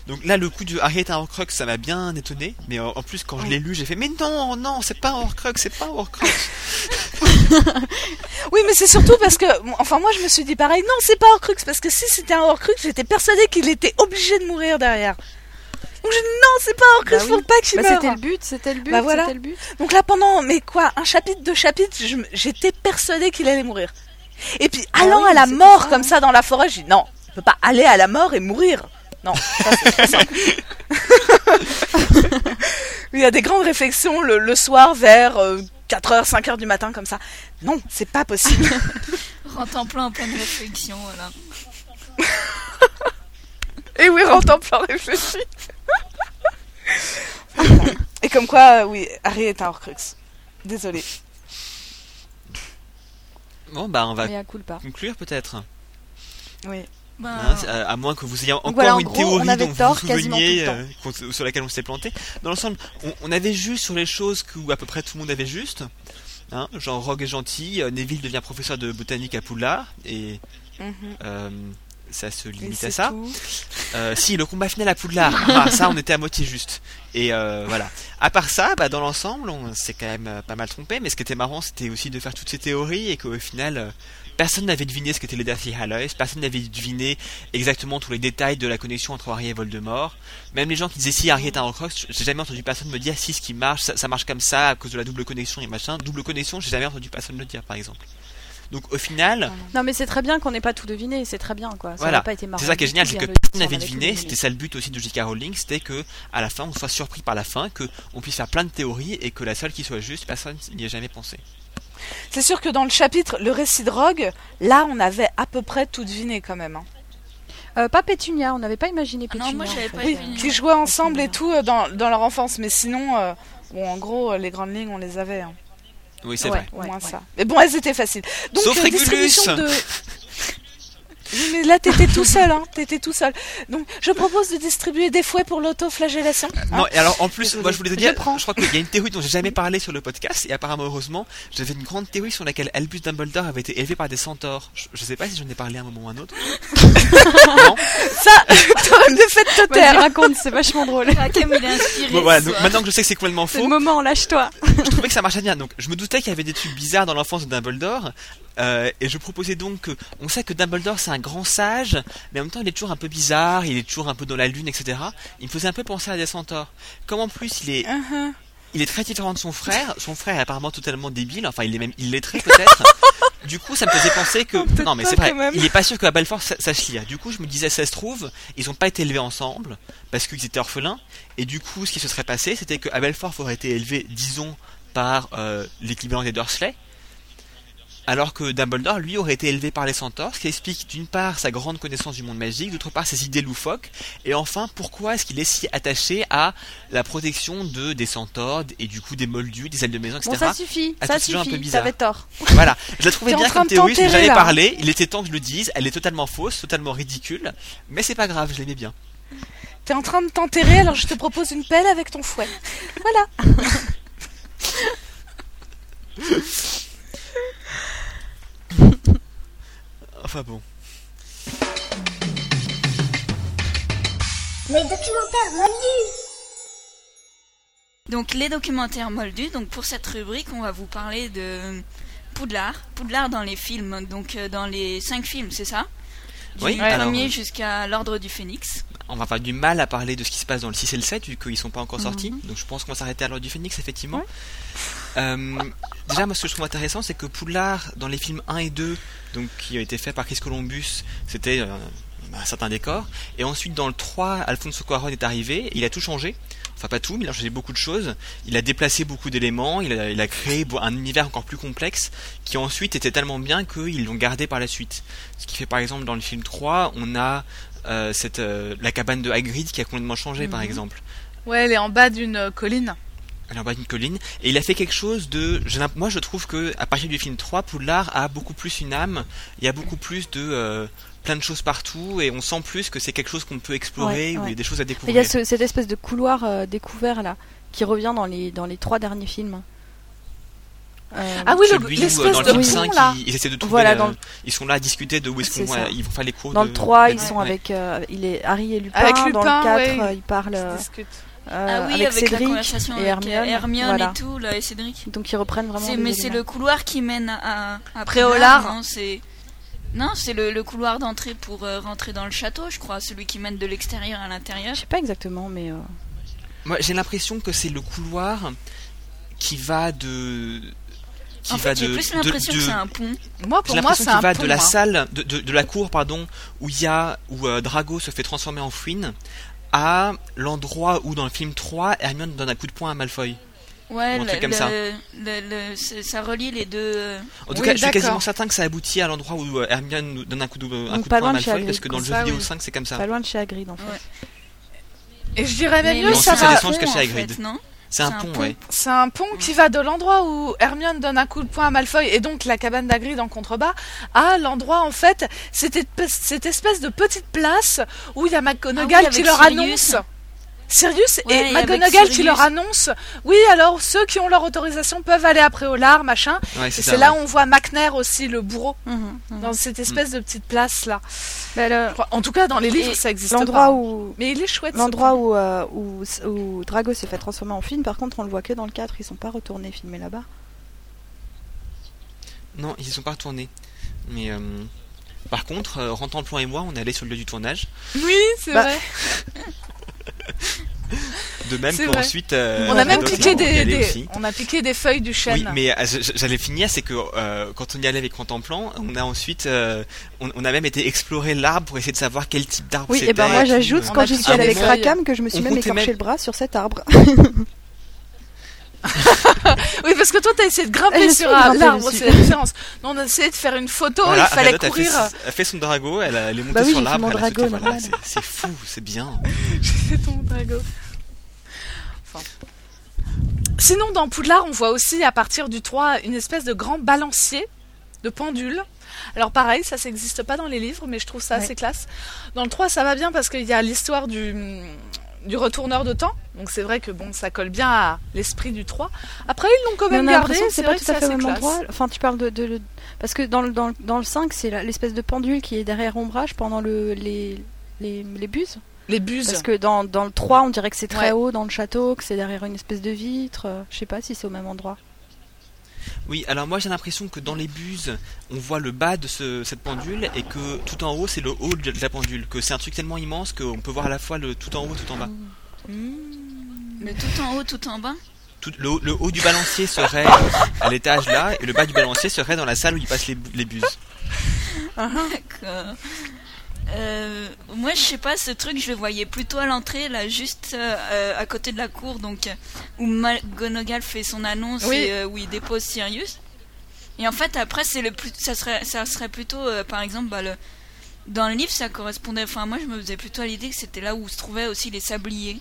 [SPEAKER 2] Donc là, le coup de Harry est un Horcrux, ça m'a bien étonné. Mais euh, en en plus, quand je l'ai lu, j'ai fait Mais non, non, c'est pas un Horcrux, c'est pas un Horcrux.
[SPEAKER 5] Oui, mais c'est surtout parce que, enfin, moi, je me suis dit pareil. Non, c'est pas Horcrux, parce que si c'était un Horcrux, j'étais persuadée qu'il était obligé de mourir derrière. Donc je dis non, c'est pas Horcrux,
[SPEAKER 6] Bah oui.
[SPEAKER 5] faut pas qu'il
[SPEAKER 6] bah,
[SPEAKER 5] meure.
[SPEAKER 6] c'était le but, c'était le but,
[SPEAKER 5] Bah voilà.
[SPEAKER 6] c'était le but.
[SPEAKER 5] Donc là, pendant, mais quoi, un chapitre, deux chapitres, je me- j'étais persuadée qu'il allait mourir. Et puis, allant
[SPEAKER 6] Bah oui,
[SPEAKER 5] à la
[SPEAKER 6] mais c'est
[SPEAKER 5] mort
[SPEAKER 6] ça,
[SPEAKER 5] comme
[SPEAKER 6] hein.
[SPEAKER 5] ça dans la forêt, je dis non, je peux pas aller à la mort et mourir. Non, ça, c'est trop
[SPEAKER 6] [laughs]
[SPEAKER 5] simple. Il y a des grandes réflexions le, le soir vers euh, 4h, 5h du matin comme ça. Non, c'est pas
[SPEAKER 6] [laughs]
[SPEAKER 5] possible.
[SPEAKER 4] Rentre en plein en pleine réflexion, voilà.
[SPEAKER 5] et oui, rentre en plein [laughs] réfléchi. Voilà. et comme quoi, euh, oui, Harry est un Horcrux. Désolé.
[SPEAKER 2] [laughs] Bon, bah, on va
[SPEAKER 6] Mais à coup pas. Ah.
[SPEAKER 2] conclure peut-être.
[SPEAKER 4] Ben,
[SPEAKER 2] Hein, c'est- euh, à moins que vous ayez encore
[SPEAKER 6] voilà, en
[SPEAKER 2] une
[SPEAKER 6] gros, on
[SPEAKER 2] théorie
[SPEAKER 6] avait
[SPEAKER 2] dont vous vous
[SPEAKER 6] tort quasiment
[SPEAKER 2] souveniez,
[SPEAKER 6] tout le
[SPEAKER 2] euh, qu'on- sur laquelle on s'est planté. Dans l'ensemble, on, on avait juste sur les choses que où à peu près tout le monde avait juste. Hein, genre Rogue est gentil, euh, Neville devient professeur de botanique à Poudlard, et euh, ça se
[SPEAKER 5] Et
[SPEAKER 2] limite
[SPEAKER 5] Mhm. c'est
[SPEAKER 2] à ça.
[SPEAKER 5] tout.
[SPEAKER 2] Euh, si, le combat final à Poudlard, ah, ça on était à moitié juste. Et euh, voilà. À part ça, bah, dans l'ensemble, on s'est quand même euh, pas mal trompé, mais ce qui était marrant, c'était aussi de faire toutes ces théories et qu'au final, euh, personne n'avait deviné ce qu'étaient les Deathly Hallows, personne n'avait deviné exactement tous les détails de la connexion entre Harry et Voldemort. Même les gens qui disaient si Harry est un Horcrux, j'ai jamais entendu personne me dire si ce qui marche, ça, ça marche comme ça à cause de la double connexion et machin. Double connexion, j'ai jamais entendu personne le dire, par exemple. Donc au final,
[SPEAKER 6] Non, mais c'est très bien qu'on n'ait pas tout deviné, c'est très bien, quoi. Ça
[SPEAKER 2] Voilà.
[SPEAKER 6] aurait pas été marrant.
[SPEAKER 2] C'est ça qui est
[SPEAKER 6] du
[SPEAKER 2] génial,
[SPEAKER 6] tout,
[SPEAKER 2] c'est
[SPEAKER 6] bien
[SPEAKER 2] que
[SPEAKER 6] le
[SPEAKER 2] personne
[SPEAKER 6] dire,
[SPEAKER 2] n'avait
[SPEAKER 6] on avait tout
[SPEAKER 2] deviné, c'était ça le but aussi de J.K. Rowling, c'était que à la fin on soit surpris par la fin, que on puisse faire plein de théories et que la seule qui soit juste, personne n'y a jamais pensé.
[SPEAKER 5] C'est sûr que dans le chapitre Le récit de Rogue, là, on avait à peu près tout deviné quand même. hein.
[SPEAKER 6] Euh, pas Pétunia, on n'avait pas imaginé
[SPEAKER 4] Ah
[SPEAKER 6] Pétunia.
[SPEAKER 4] non, moi, j'avais
[SPEAKER 6] en fait.
[SPEAKER 4] pas
[SPEAKER 5] Oui,
[SPEAKER 4] deviné.
[SPEAKER 5] qui jouaient ensemble et tout euh, dans, dans leur enfance. Mais sinon, euh, bon, en gros, euh, les grandes lignes, on les avait. hein.
[SPEAKER 2] Oui, c'est
[SPEAKER 6] Ouais.
[SPEAKER 2] vrai.
[SPEAKER 5] Au moins ça. Mais bon, elles étaient faciles. Donc,
[SPEAKER 2] Sauf
[SPEAKER 5] euh,
[SPEAKER 2] Régulus.
[SPEAKER 5] distribution de. Oui, mais là, t'étais tout seul, hein. T'étais tout seul. Donc, je propose de distribuer des fouets pour
[SPEAKER 2] [laughs]
[SPEAKER 5] l'autoflagellation. [laughs] hein.
[SPEAKER 2] Non, et alors en plus, moi je voulais te dire,
[SPEAKER 5] Je prends.
[SPEAKER 2] je crois qu'il y a une théorie dont j'ai jamais parlé sur le podcast, et apparemment, heureusement, j'avais une grande théorie sur laquelle Albus Dumbledore avait été élevé par des centaures. Je, je sais pas si j'en ai parlé à un moment ou à un autre. non
[SPEAKER 5] Ça, le fait de te
[SPEAKER 6] [laughs] Vas-y,
[SPEAKER 5] taire.
[SPEAKER 6] raconte, c'est
[SPEAKER 2] [laughs]
[SPEAKER 6] vachement drôle.
[SPEAKER 4] Hakim, il est inspiré.
[SPEAKER 2] Bon, voilà,
[SPEAKER 4] ce
[SPEAKER 2] donc,
[SPEAKER 4] soir.
[SPEAKER 2] maintenant que je sais que c'est complètement
[SPEAKER 6] C'est le
[SPEAKER 2] faux,
[SPEAKER 6] moment, lâche-toi.
[SPEAKER 2] je trouvais que ça marchait bien. Donc, je me doutais qu'il y avait des trucs bizarres dans l'enfance de Dumbledore. euh, et je proposais donc que, on sait que Dumbledore c'est un grand sage, mais en même temps il est toujours un peu bizarre, il est toujours un peu dans la lune, etc. Il me faisait un peu penser à des centaures. Comme en plus il est,
[SPEAKER 5] Uh-huh.
[SPEAKER 2] il est très différent de son frère, son frère est apparemment totalement débile, enfin il est même illettré peut-être. du coup ça me faisait penser
[SPEAKER 5] [laughs]
[SPEAKER 2] que,
[SPEAKER 5] peut-être
[SPEAKER 2] non mais
[SPEAKER 5] pas,
[SPEAKER 2] c'est vrai,
[SPEAKER 5] quand même.
[SPEAKER 2] il est pas sûr que la Belfort sa- sache lire. Du coup je me disais ça se trouve, ils ont pas été élevés ensemble, parce qu'ils étaient orphelins, et du coup, ce qui se serait passé, c'était que Abelfort aurait été élevé, disons, par euh, l'équivalent des Dursley, alors que Dumbledore, lui, aurait été élevé par les centaures, ce qui explique d'une part sa grande connaissance du monde magique, d'autre part ses idées loufoques, et enfin, pourquoi est-ce qu'il est si attaché à la protection de des centaures et du coup des moldus, des ailes de maison, etc.
[SPEAKER 6] Bon, ça suffit,
[SPEAKER 2] Ah,
[SPEAKER 6] ça
[SPEAKER 2] c'est toujours un peu
[SPEAKER 6] suffit,
[SPEAKER 2] bizarre.
[SPEAKER 6] t'avais tort.
[SPEAKER 2] Voilà, je la trouvais
[SPEAKER 5] T'es en
[SPEAKER 2] bien
[SPEAKER 5] train
[SPEAKER 2] comme
[SPEAKER 5] de
[SPEAKER 2] théorie,
[SPEAKER 5] t'enterrer,
[SPEAKER 2] j'avais
[SPEAKER 5] là.
[SPEAKER 2] parlé, il était temps que je le dise, elle est totalement fausse, totalement ridicule, mais c'est pas grave, je l'aimais bien.
[SPEAKER 5] T'es en train de t'enterrer, alors je te propose une pelle avec ton fouet. Voilà.
[SPEAKER 2] Enfin bon.
[SPEAKER 4] Donc les documentaires moldus, donc pour cette rubrique, on va vous parler de Poudlard. Poudlard dans les films, donc euh, dans les cinq films, c'est ça Du
[SPEAKER 2] Oui, alors,
[SPEAKER 4] premier
[SPEAKER 2] euh,
[SPEAKER 4] jusqu'à l'ordre du
[SPEAKER 6] euh,
[SPEAKER 4] phénix.
[SPEAKER 2] on va avoir du mal à parler de ce qui se passe dans le 6 et le 7 vu qu'ils sont pas
[SPEAKER 5] Mhm.
[SPEAKER 2] encore sortis. Donc je pense qu'on va s'arrêter à l'heure du phénix effectivement. Euh, déjà moi ce que je trouve intéressant c'est que Poudlard dans les films 1 et 2 donc qui a été fait par Chris Columbus c'était euh, un certain décor et ensuite dans le 3 Alfonso Cuarón est arrivé et il a tout changé. Enfin pas tout mais il a changé beaucoup de choses. Il a déplacé beaucoup d'éléments, il a, il a créé bo- un univers encore plus complexe qui ensuite était tellement bien qu'ils l'ont gardé par la suite. Ce qui fait par exemple dans le film 3 on a euh, cette, euh, la cabane de Hagrid qui a complètement changé par exemple.
[SPEAKER 5] Ouais, elle est en bas d'une euh, colline.
[SPEAKER 2] Elle est en bas d'une colline et il a fait quelque chose de j'ai l'imp- moi je trouve que à partir du film 3 Poudlard a beaucoup plus une âme, il y a beaucoup plus de euh, plein de choses partout et on sent plus que c'est quelque chose qu'on peut explorer
[SPEAKER 6] Ouais,
[SPEAKER 2] ou il y
[SPEAKER 6] ouais.
[SPEAKER 2] a des choses à
[SPEAKER 6] Et Il y a
[SPEAKER 2] découvrir.
[SPEAKER 6] ce- cette espèce de couloir euh, découvert là, qui revient dans les, dans les trois derniers films. Euh,
[SPEAKER 5] Ah oui, le-
[SPEAKER 2] Celui où, euh,
[SPEAKER 5] l'espèce
[SPEAKER 2] dans
[SPEAKER 5] de
[SPEAKER 2] le film
[SPEAKER 5] pont,
[SPEAKER 2] 5
[SPEAKER 5] là.
[SPEAKER 2] ils, ils essaient de trouver
[SPEAKER 6] Voilà,
[SPEAKER 2] la-
[SPEAKER 6] dans le-
[SPEAKER 2] ils sont là à discuter de où est-ce
[SPEAKER 6] C'est
[SPEAKER 2] qu'on
[SPEAKER 6] ça.
[SPEAKER 2] va ils vont faire les cours
[SPEAKER 6] Dans
[SPEAKER 2] de-
[SPEAKER 6] le 3, ils
[SPEAKER 2] de-
[SPEAKER 6] sont
[SPEAKER 2] ouais.
[SPEAKER 6] avec euh, il est, Harry et Lupin.
[SPEAKER 5] Avec
[SPEAKER 6] dans le
[SPEAKER 5] Lupin,
[SPEAKER 6] 4,
[SPEAKER 5] ouais.
[SPEAKER 6] euh, ils parlent euh,
[SPEAKER 5] Ils se discutent.
[SPEAKER 4] ah oui,
[SPEAKER 6] avec
[SPEAKER 4] avec, la
[SPEAKER 6] Cédric
[SPEAKER 4] conversation
[SPEAKER 6] et
[SPEAKER 4] avec euh,
[SPEAKER 6] Hermione. voilà.
[SPEAKER 4] et tout, là, et Cédric.
[SPEAKER 6] Donc ils reprennent vraiment.
[SPEAKER 4] C'est-
[SPEAKER 6] les
[SPEAKER 4] Mais c'est
[SPEAKER 6] éléments.
[SPEAKER 4] le couloir qui mène à, à
[SPEAKER 5] Préolard.
[SPEAKER 4] Poudlard, Non, c'est non, c'est le, le couloir d'entrée pour euh, rentrer dans le château, je crois, celui qui mène de l'extérieur à l'intérieur.
[SPEAKER 6] Je sais pas exactement, mais. euh,
[SPEAKER 2] Moi, j'ai l'impression que c'est le couloir qui va de qui
[SPEAKER 4] En
[SPEAKER 2] va
[SPEAKER 4] fait, j'ai
[SPEAKER 2] de-
[SPEAKER 4] plus
[SPEAKER 2] de-
[SPEAKER 4] l'impression que
[SPEAKER 2] de-
[SPEAKER 4] c'est un pont.
[SPEAKER 5] Moi,
[SPEAKER 2] J'ai
[SPEAKER 5] pour moi,
[SPEAKER 2] l'impression
[SPEAKER 5] c'est
[SPEAKER 2] qu'il
[SPEAKER 5] un
[SPEAKER 2] va
[SPEAKER 5] pont,
[SPEAKER 2] de la
[SPEAKER 5] hein.
[SPEAKER 2] salle, de, de- de la cour, pardon, où il y a, où euh, Drago se fait transformer en fouine, à l'endroit où dans le film 3, Hermione donne un coup de poing à Malfoy.
[SPEAKER 4] Ouais,
[SPEAKER 2] Ou un
[SPEAKER 4] le-
[SPEAKER 2] truc comme
[SPEAKER 4] le-
[SPEAKER 2] ça.
[SPEAKER 4] le- le- c'est- ça relie les deux. euh,
[SPEAKER 2] En tout
[SPEAKER 5] Oui,
[SPEAKER 2] cas, je suis
[SPEAKER 5] d'accord.
[SPEAKER 2] quasiment certain que ça aboutit à l'endroit où euh, Hermione nous donne un coup de, un
[SPEAKER 6] Donc,
[SPEAKER 2] coup de
[SPEAKER 6] pas
[SPEAKER 2] poing à
[SPEAKER 6] loin de
[SPEAKER 2] Malfoy,
[SPEAKER 6] chez Hagrid,
[SPEAKER 2] parce que dans le
[SPEAKER 6] comme
[SPEAKER 2] jeu
[SPEAKER 4] ça,
[SPEAKER 2] vidéo
[SPEAKER 4] oui.
[SPEAKER 2] 5, c'est comme ça.
[SPEAKER 6] Pas loin de chez Hagrid en fait.
[SPEAKER 4] Ouais.
[SPEAKER 5] Et je
[SPEAKER 6] Ah bah,
[SPEAKER 5] dirais même
[SPEAKER 4] mais
[SPEAKER 5] mieux,
[SPEAKER 4] non,
[SPEAKER 5] ça
[SPEAKER 2] ensuite,
[SPEAKER 4] c'est un
[SPEAKER 5] va.
[SPEAKER 2] descend jusqu'à
[SPEAKER 4] pont,
[SPEAKER 2] chez
[SPEAKER 4] en
[SPEAKER 2] Hagrid.
[SPEAKER 4] fait, non
[SPEAKER 2] C'est un,
[SPEAKER 4] c'est un
[SPEAKER 2] pont,
[SPEAKER 4] pont.
[SPEAKER 2] ouais.
[SPEAKER 5] C'est un pont qui va de l'endroit où Hermione donne un coup de poing à Malfoy et donc la cabane d'Agrid en contrebas à l'endroit en fait cette espèce, cette espèce de petite place où il y a
[SPEAKER 4] Ah
[SPEAKER 5] McGonagall
[SPEAKER 4] oui, avec
[SPEAKER 5] qui leur
[SPEAKER 4] Sirius.
[SPEAKER 5] annonce Sirius
[SPEAKER 4] Ouais, et
[SPEAKER 5] et
[SPEAKER 4] avec
[SPEAKER 5] McGonagall qui
[SPEAKER 4] Sirius.
[SPEAKER 5] leur annonce oui alors ceux qui ont leur autorisation peuvent aller après au lard machin
[SPEAKER 2] Ouais, Mm.
[SPEAKER 5] et
[SPEAKER 2] c'est
[SPEAKER 5] c'est
[SPEAKER 2] ça.
[SPEAKER 5] là où on voit McNair aussi le bourreau
[SPEAKER 6] Mhm, mhm.
[SPEAKER 5] dans cette espèce de petite place là
[SPEAKER 6] Bah, le-
[SPEAKER 5] en tout cas dans les livres
[SPEAKER 6] Et
[SPEAKER 5] ça existe
[SPEAKER 6] L'endroit
[SPEAKER 5] pas.
[SPEAKER 6] où.
[SPEAKER 5] mais il est chouette ce
[SPEAKER 6] L'endroit
[SPEAKER 5] pont.
[SPEAKER 6] où, euh, où, où Drago s'est fait transformer en film, par contre, on le voit que dans le 4, ils sont pas retournés filmer là-bas.
[SPEAKER 2] Non, ils y sont pas retournés. Mais, euh, par contre, euh, Rantanplan et moi, on est allés sur le lieu du tournage.
[SPEAKER 5] oui c'est
[SPEAKER 6] Bah,
[SPEAKER 5] vrai
[SPEAKER 2] De même
[SPEAKER 5] C'est vrai.
[SPEAKER 2] qu'ensuite, euh,
[SPEAKER 5] on a même
[SPEAKER 2] d'autres
[SPEAKER 5] piqué
[SPEAKER 2] vont y
[SPEAKER 5] des,
[SPEAKER 2] aller
[SPEAKER 5] des-
[SPEAKER 2] aussi.
[SPEAKER 5] on a piqué des feuilles du chêne
[SPEAKER 2] Oui, mais euh, j- j'allais finir, c'est que euh, quand on y allait avec Contemplant, on a ensuite, euh, on, on a même été explorer l'arbre pour essayer de savoir quel type d'arbre
[SPEAKER 6] Oui,
[SPEAKER 2] c'était.
[SPEAKER 6] et ben moi
[SPEAKER 2] tout.
[SPEAKER 6] j'ajoute,
[SPEAKER 5] on a
[SPEAKER 6] quand j'y suis
[SPEAKER 2] Ah,
[SPEAKER 5] pris
[SPEAKER 6] allée
[SPEAKER 5] des
[SPEAKER 6] avec
[SPEAKER 5] feuilles.
[SPEAKER 6] Rakam, que je me suis
[SPEAKER 2] On
[SPEAKER 6] même
[SPEAKER 2] comptait
[SPEAKER 6] écorché
[SPEAKER 2] même-
[SPEAKER 6] le bras sur cet arbre.
[SPEAKER 5] Oui, parce que toi, t'as essayé de
[SPEAKER 6] J'ai
[SPEAKER 5] grimper sur
[SPEAKER 6] essayé de
[SPEAKER 5] un-
[SPEAKER 6] grimper
[SPEAKER 5] l'arbre,
[SPEAKER 6] dessus.
[SPEAKER 5] c'est la différence. Nous, on a essayé de faire une photo,
[SPEAKER 2] Voilà,
[SPEAKER 5] il fallait
[SPEAKER 2] Renaud a fait
[SPEAKER 5] courir.
[SPEAKER 2] s- a fait son drago, elle, a- elle est montée
[SPEAKER 6] Bah oui,
[SPEAKER 2] sur
[SPEAKER 6] j'ai fait
[SPEAKER 2] l'arbre,
[SPEAKER 6] mon
[SPEAKER 2] elle a sauté,
[SPEAKER 6] drago,
[SPEAKER 2] voilà, c'est- c'est fou, c'est bien.
[SPEAKER 5] C'est ton drago. Enfin. Sinon, dans Poudlard, on voit aussi à partir du 3 une espèce de grand balancier de pendule. Alors pareil, ça n'existe pas dans les livres, mais je trouve ça assez classe. Dans le 3, ça va bien parce qu'il y a l'histoire du, du retourneur de temps. Donc c'est vrai que bon, ça colle bien à l'esprit du 3. Après, ils l'ont quand
[SPEAKER 6] Mais
[SPEAKER 5] même
[SPEAKER 6] on a
[SPEAKER 5] gardé.
[SPEAKER 6] l'impression que c'est pas
[SPEAKER 5] vrai
[SPEAKER 6] tout à
[SPEAKER 5] que
[SPEAKER 6] fait au
[SPEAKER 5] assez
[SPEAKER 6] même
[SPEAKER 5] classe.
[SPEAKER 6] endroit. Enfin, tu parles de, de le- parce que dans le dans, le- dans le 5, c'est la- l'espèce de pendule qui est derrière Ombrage pendant le les les, les buses.
[SPEAKER 5] Les buses.
[SPEAKER 6] Parce que dans, dans le 3, on dirait que c'est très
[SPEAKER 5] Ouais.
[SPEAKER 6] haut dans le château, que c'est derrière une espèce de vitre. euh, Je sais pas si c'est au même endroit.
[SPEAKER 2] Oui, alors moi j'ai l'impression que dans les buses, on voit le bas de ce- cette pendule et que tout en haut c'est le haut de la pendule, que c'est un truc tellement immense qu'on peut voir à la fois le tout en haut, tout en bas.
[SPEAKER 4] Le tout en haut, tout en bas.
[SPEAKER 2] Tout- le, haut- le haut du balancier serait euh, à l'étage là et le bas du balancier serait dans la salle où ils passent les, bu- les buses.
[SPEAKER 6] Uh-huh.
[SPEAKER 4] [laughs] D'accord. Euh, moi, je sais pas, ce truc, je le voyais plutôt à l'entrée, là, juste euh, euh, à côté de la cour, donc euh, où McGonagall fait son annonce
[SPEAKER 5] Oui.
[SPEAKER 4] et euh, où il dépose Sirius. Et en fait, après, c'est le plus, ça serait, ça serait plutôt, euh, par exemple, bah, le, dans le livre, ça correspondait. Enfin, moi, je me faisais plutôt à l'idée que c'était là où se trouvaient aussi les sabliers,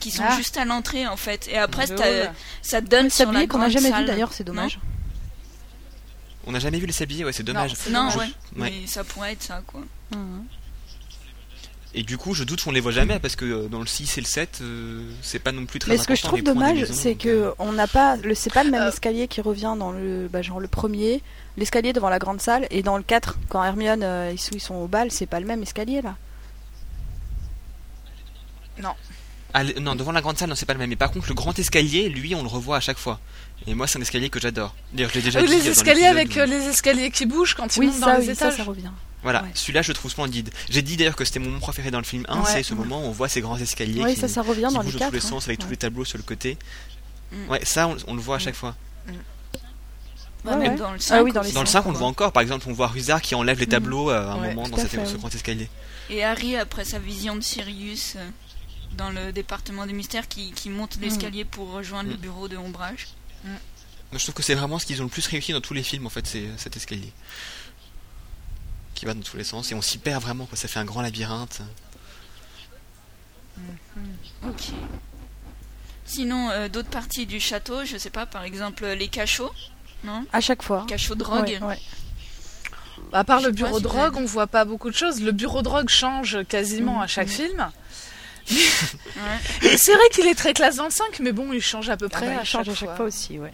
[SPEAKER 4] qui sont
[SPEAKER 6] Ah. bah
[SPEAKER 4] juste à l'entrée, en fait. Et après,
[SPEAKER 6] Drôle.
[SPEAKER 4] t'as- ça donne
[SPEAKER 6] Le
[SPEAKER 4] sur la
[SPEAKER 6] sablier qu'on n'a
[SPEAKER 4] grande
[SPEAKER 6] jamais vu
[SPEAKER 4] salle.
[SPEAKER 6] d'ailleurs, c'est
[SPEAKER 4] Non
[SPEAKER 6] dommage.
[SPEAKER 2] On n'a jamais vu les sabliers, ouais, c'est dommage.
[SPEAKER 4] Non,
[SPEAKER 2] Je-
[SPEAKER 4] ouais.
[SPEAKER 2] ouais.
[SPEAKER 4] Mais ça pourrait être ça, quoi.
[SPEAKER 2] Et du coup, je doute qu'on les voit jamais parce que euh, dans le 6 et le 7, euh, c'est pas non plus très
[SPEAKER 6] Mais ce que je
[SPEAKER 2] important,
[SPEAKER 6] trouve
[SPEAKER 2] les points des
[SPEAKER 6] dommage,
[SPEAKER 2] maisons. euh,
[SPEAKER 6] c'est que on n'a pas le c'est pas le même
[SPEAKER 5] Euh.
[SPEAKER 6] escalier qui revient dans le bah, genre le premier, l'escalier devant la grande salle et dans le 4 quand Hermione euh, et Sue ils sont au bal, c'est pas le même escalier là.
[SPEAKER 5] Non.
[SPEAKER 2] Ah, le- non, devant la grande salle, non, c'est pas le même. Mais par contre, le grand escalier, lui, on le revoit à chaque fois. Et moi, c'est un escalier que j'adore. D'ailleurs, je l'ai déjà
[SPEAKER 5] Ou
[SPEAKER 2] dit, euh,
[SPEAKER 5] les
[SPEAKER 2] dans
[SPEAKER 5] escaliers
[SPEAKER 2] l'épisode
[SPEAKER 5] avec
[SPEAKER 2] où-
[SPEAKER 5] euh, les escaliers qui bougent quand ils
[SPEAKER 6] Oui,
[SPEAKER 5] montent dans
[SPEAKER 6] ça,
[SPEAKER 5] les
[SPEAKER 6] oui, ça
[SPEAKER 5] étages.
[SPEAKER 6] ça revient.
[SPEAKER 2] Voilà, celui-là, je le trouve splendide. J'ai dit d'ailleurs que c'était mon moment préféré dans le film 1,
[SPEAKER 6] Ouais.
[SPEAKER 2] c'est ce moment où on voit ces grands escaliers
[SPEAKER 6] Ouais,
[SPEAKER 2] qui,
[SPEAKER 6] ça, ça revient
[SPEAKER 2] qui
[SPEAKER 6] dans
[SPEAKER 2] bougent
[SPEAKER 6] les
[SPEAKER 2] dans tous les
[SPEAKER 6] quatre,
[SPEAKER 2] sens
[SPEAKER 6] hein.
[SPEAKER 2] avec tous
[SPEAKER 6] Ouais.
[SPEAKER 2] les tableaux sur le côté.
[SPEAKER 4] Mm.
[SPEAKER 2] Ouais, ça, on, on le voit à chaque fois.
[SPEAKER 4] Bah,
[SPEAKER 6] Ouais,
[SPEAKER 4] même
[SPEAKER 6] ouais.
[SPEAKER 4] dans le
[SPEAKER 6] Ah oui,
[SPEAKER 4] cinq
[SPEAKER 6] Mm. dans
[SPEAKER 4] aussi.
[SPEAKER 6] les
[SPEAKER 2] Dans le
[SPEAKER 6] cinq,
[SPEAKER 2] 5, on le voit encore. Par exemple, on voit Ruzard qui enlève les tableaux euh, à un
[SPEAKER 5] Ouais,
[SPEAKER 2] moment
[SPEAKER 5] tout
[SPEAKER 2] dans
[SPEAKER 5] à
[SPEAKER 2] cette-
[SPEAKER 5] fait,
[SPEAKER 2] ce
[SPEAKER 5] oui.
[SPEAKER 2] grand escalier.
[SPEAKER 4] Et Harry, après sa vision de Sirius euh, dans le département des mystères, qui, qui
[SPEAKER 6] Hmm.
[SPEAKER 4] monte l'escalier pour rejoindre le bureau de Ombrage.
[SPEAKER 2] Moi, je trouve que c'est vraiment ce qu'ils ont le plus réussi dans tous les films, en fait, c'est euh, cet escalier. Qui va dans tous les sens. Et on s'y perd vraiment, quoi. Ça fait un grand labyrinthe.
[SPEAKER 4] Ok. Sinon, euh, d'autres parties du château, je sais pas, par exemple euh, les cachots, non
[SPEAKER 6] À chaque fois.
[SPEAKER 4] Cachot drogue.
[SPEAKER 6] Oh. Ouais, ouais.
[SPEAKER 5] Ah À part
[SPEAKER 4] Je
[SPEAKER 5] le
[SPEAKER 4] sais pas
[SPEAKER 5] bureau
[SPEAKER 4] si
[SPEAKER 5] de
[SPEAKER 4] vous avez
[SPEAKER 5] drogue, on voit pas beaucoup de choses. Le bureau de drogue change quasiment à chaque film. Et [laughs] c'est vrai qu'il est très classe dans le 5, mais bon, il change à peu près
[SPEAKER 6] bah, il
[SPEAKER 5] à, chaque
[SPEAKER 6] change à chaque fois
[SPEAKER 2] [laughs]
[SPEAKER 6] aussi, ouais.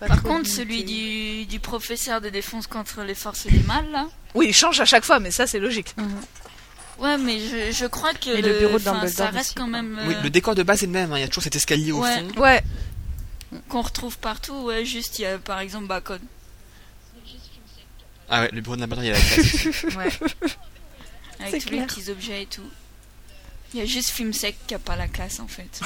[SPEAKER 5] Pas
[SPEAKER 4] Par
[SPEAKER 5] trop
[SPEAKER 4] contre,
[SPEAKER 5] limité.
[SPEAKER 4] celui du, du professeur de défense contre les forces du mal, là
[SPEAKER 5] Oui, il change à chaque fois, mais ça c'est logique.
[SPEAKER 4] Ouais, mais je, je crois que
[SPEAKER 6] Et le bureau de
[SPEAKER 4] enfin, ça
[SPEAKER 6] Dumbledore
[SPEAKER 4] reste
[SPEAKER 6] aussi,
[SPEAKER 4] quand même
[SPEAKER 2] Oui,
[SPEAKER 4] euh,
[SPEAKER 2] le décor de base est le même. hein. Il y a toujours cet escalier au
[SPEAKER 4] Ouais.
[SPEAKER 2] fond.
[SPEAKER 5] Ouais,
[SPEAKER 4] qu'on retrouve partout. Ouais, juste, il y a par exemple, bah, quand-
[SPEAKER 2] Ah ouais, le bureau de Dumbledore, il y a la
[SPEAKER 4] [laughs]
[SPEAKER 2] classe.
[SPEAKER 5] ouais.
[SPEAKER 4] avec
[SPEAKER 6] C'est
[SPEAKER 4] tous les
[SPEAKER 6] clair.
[SPEAKER 4] petits objets et tout. Il y a juste film sec qui a pas la classe en fait.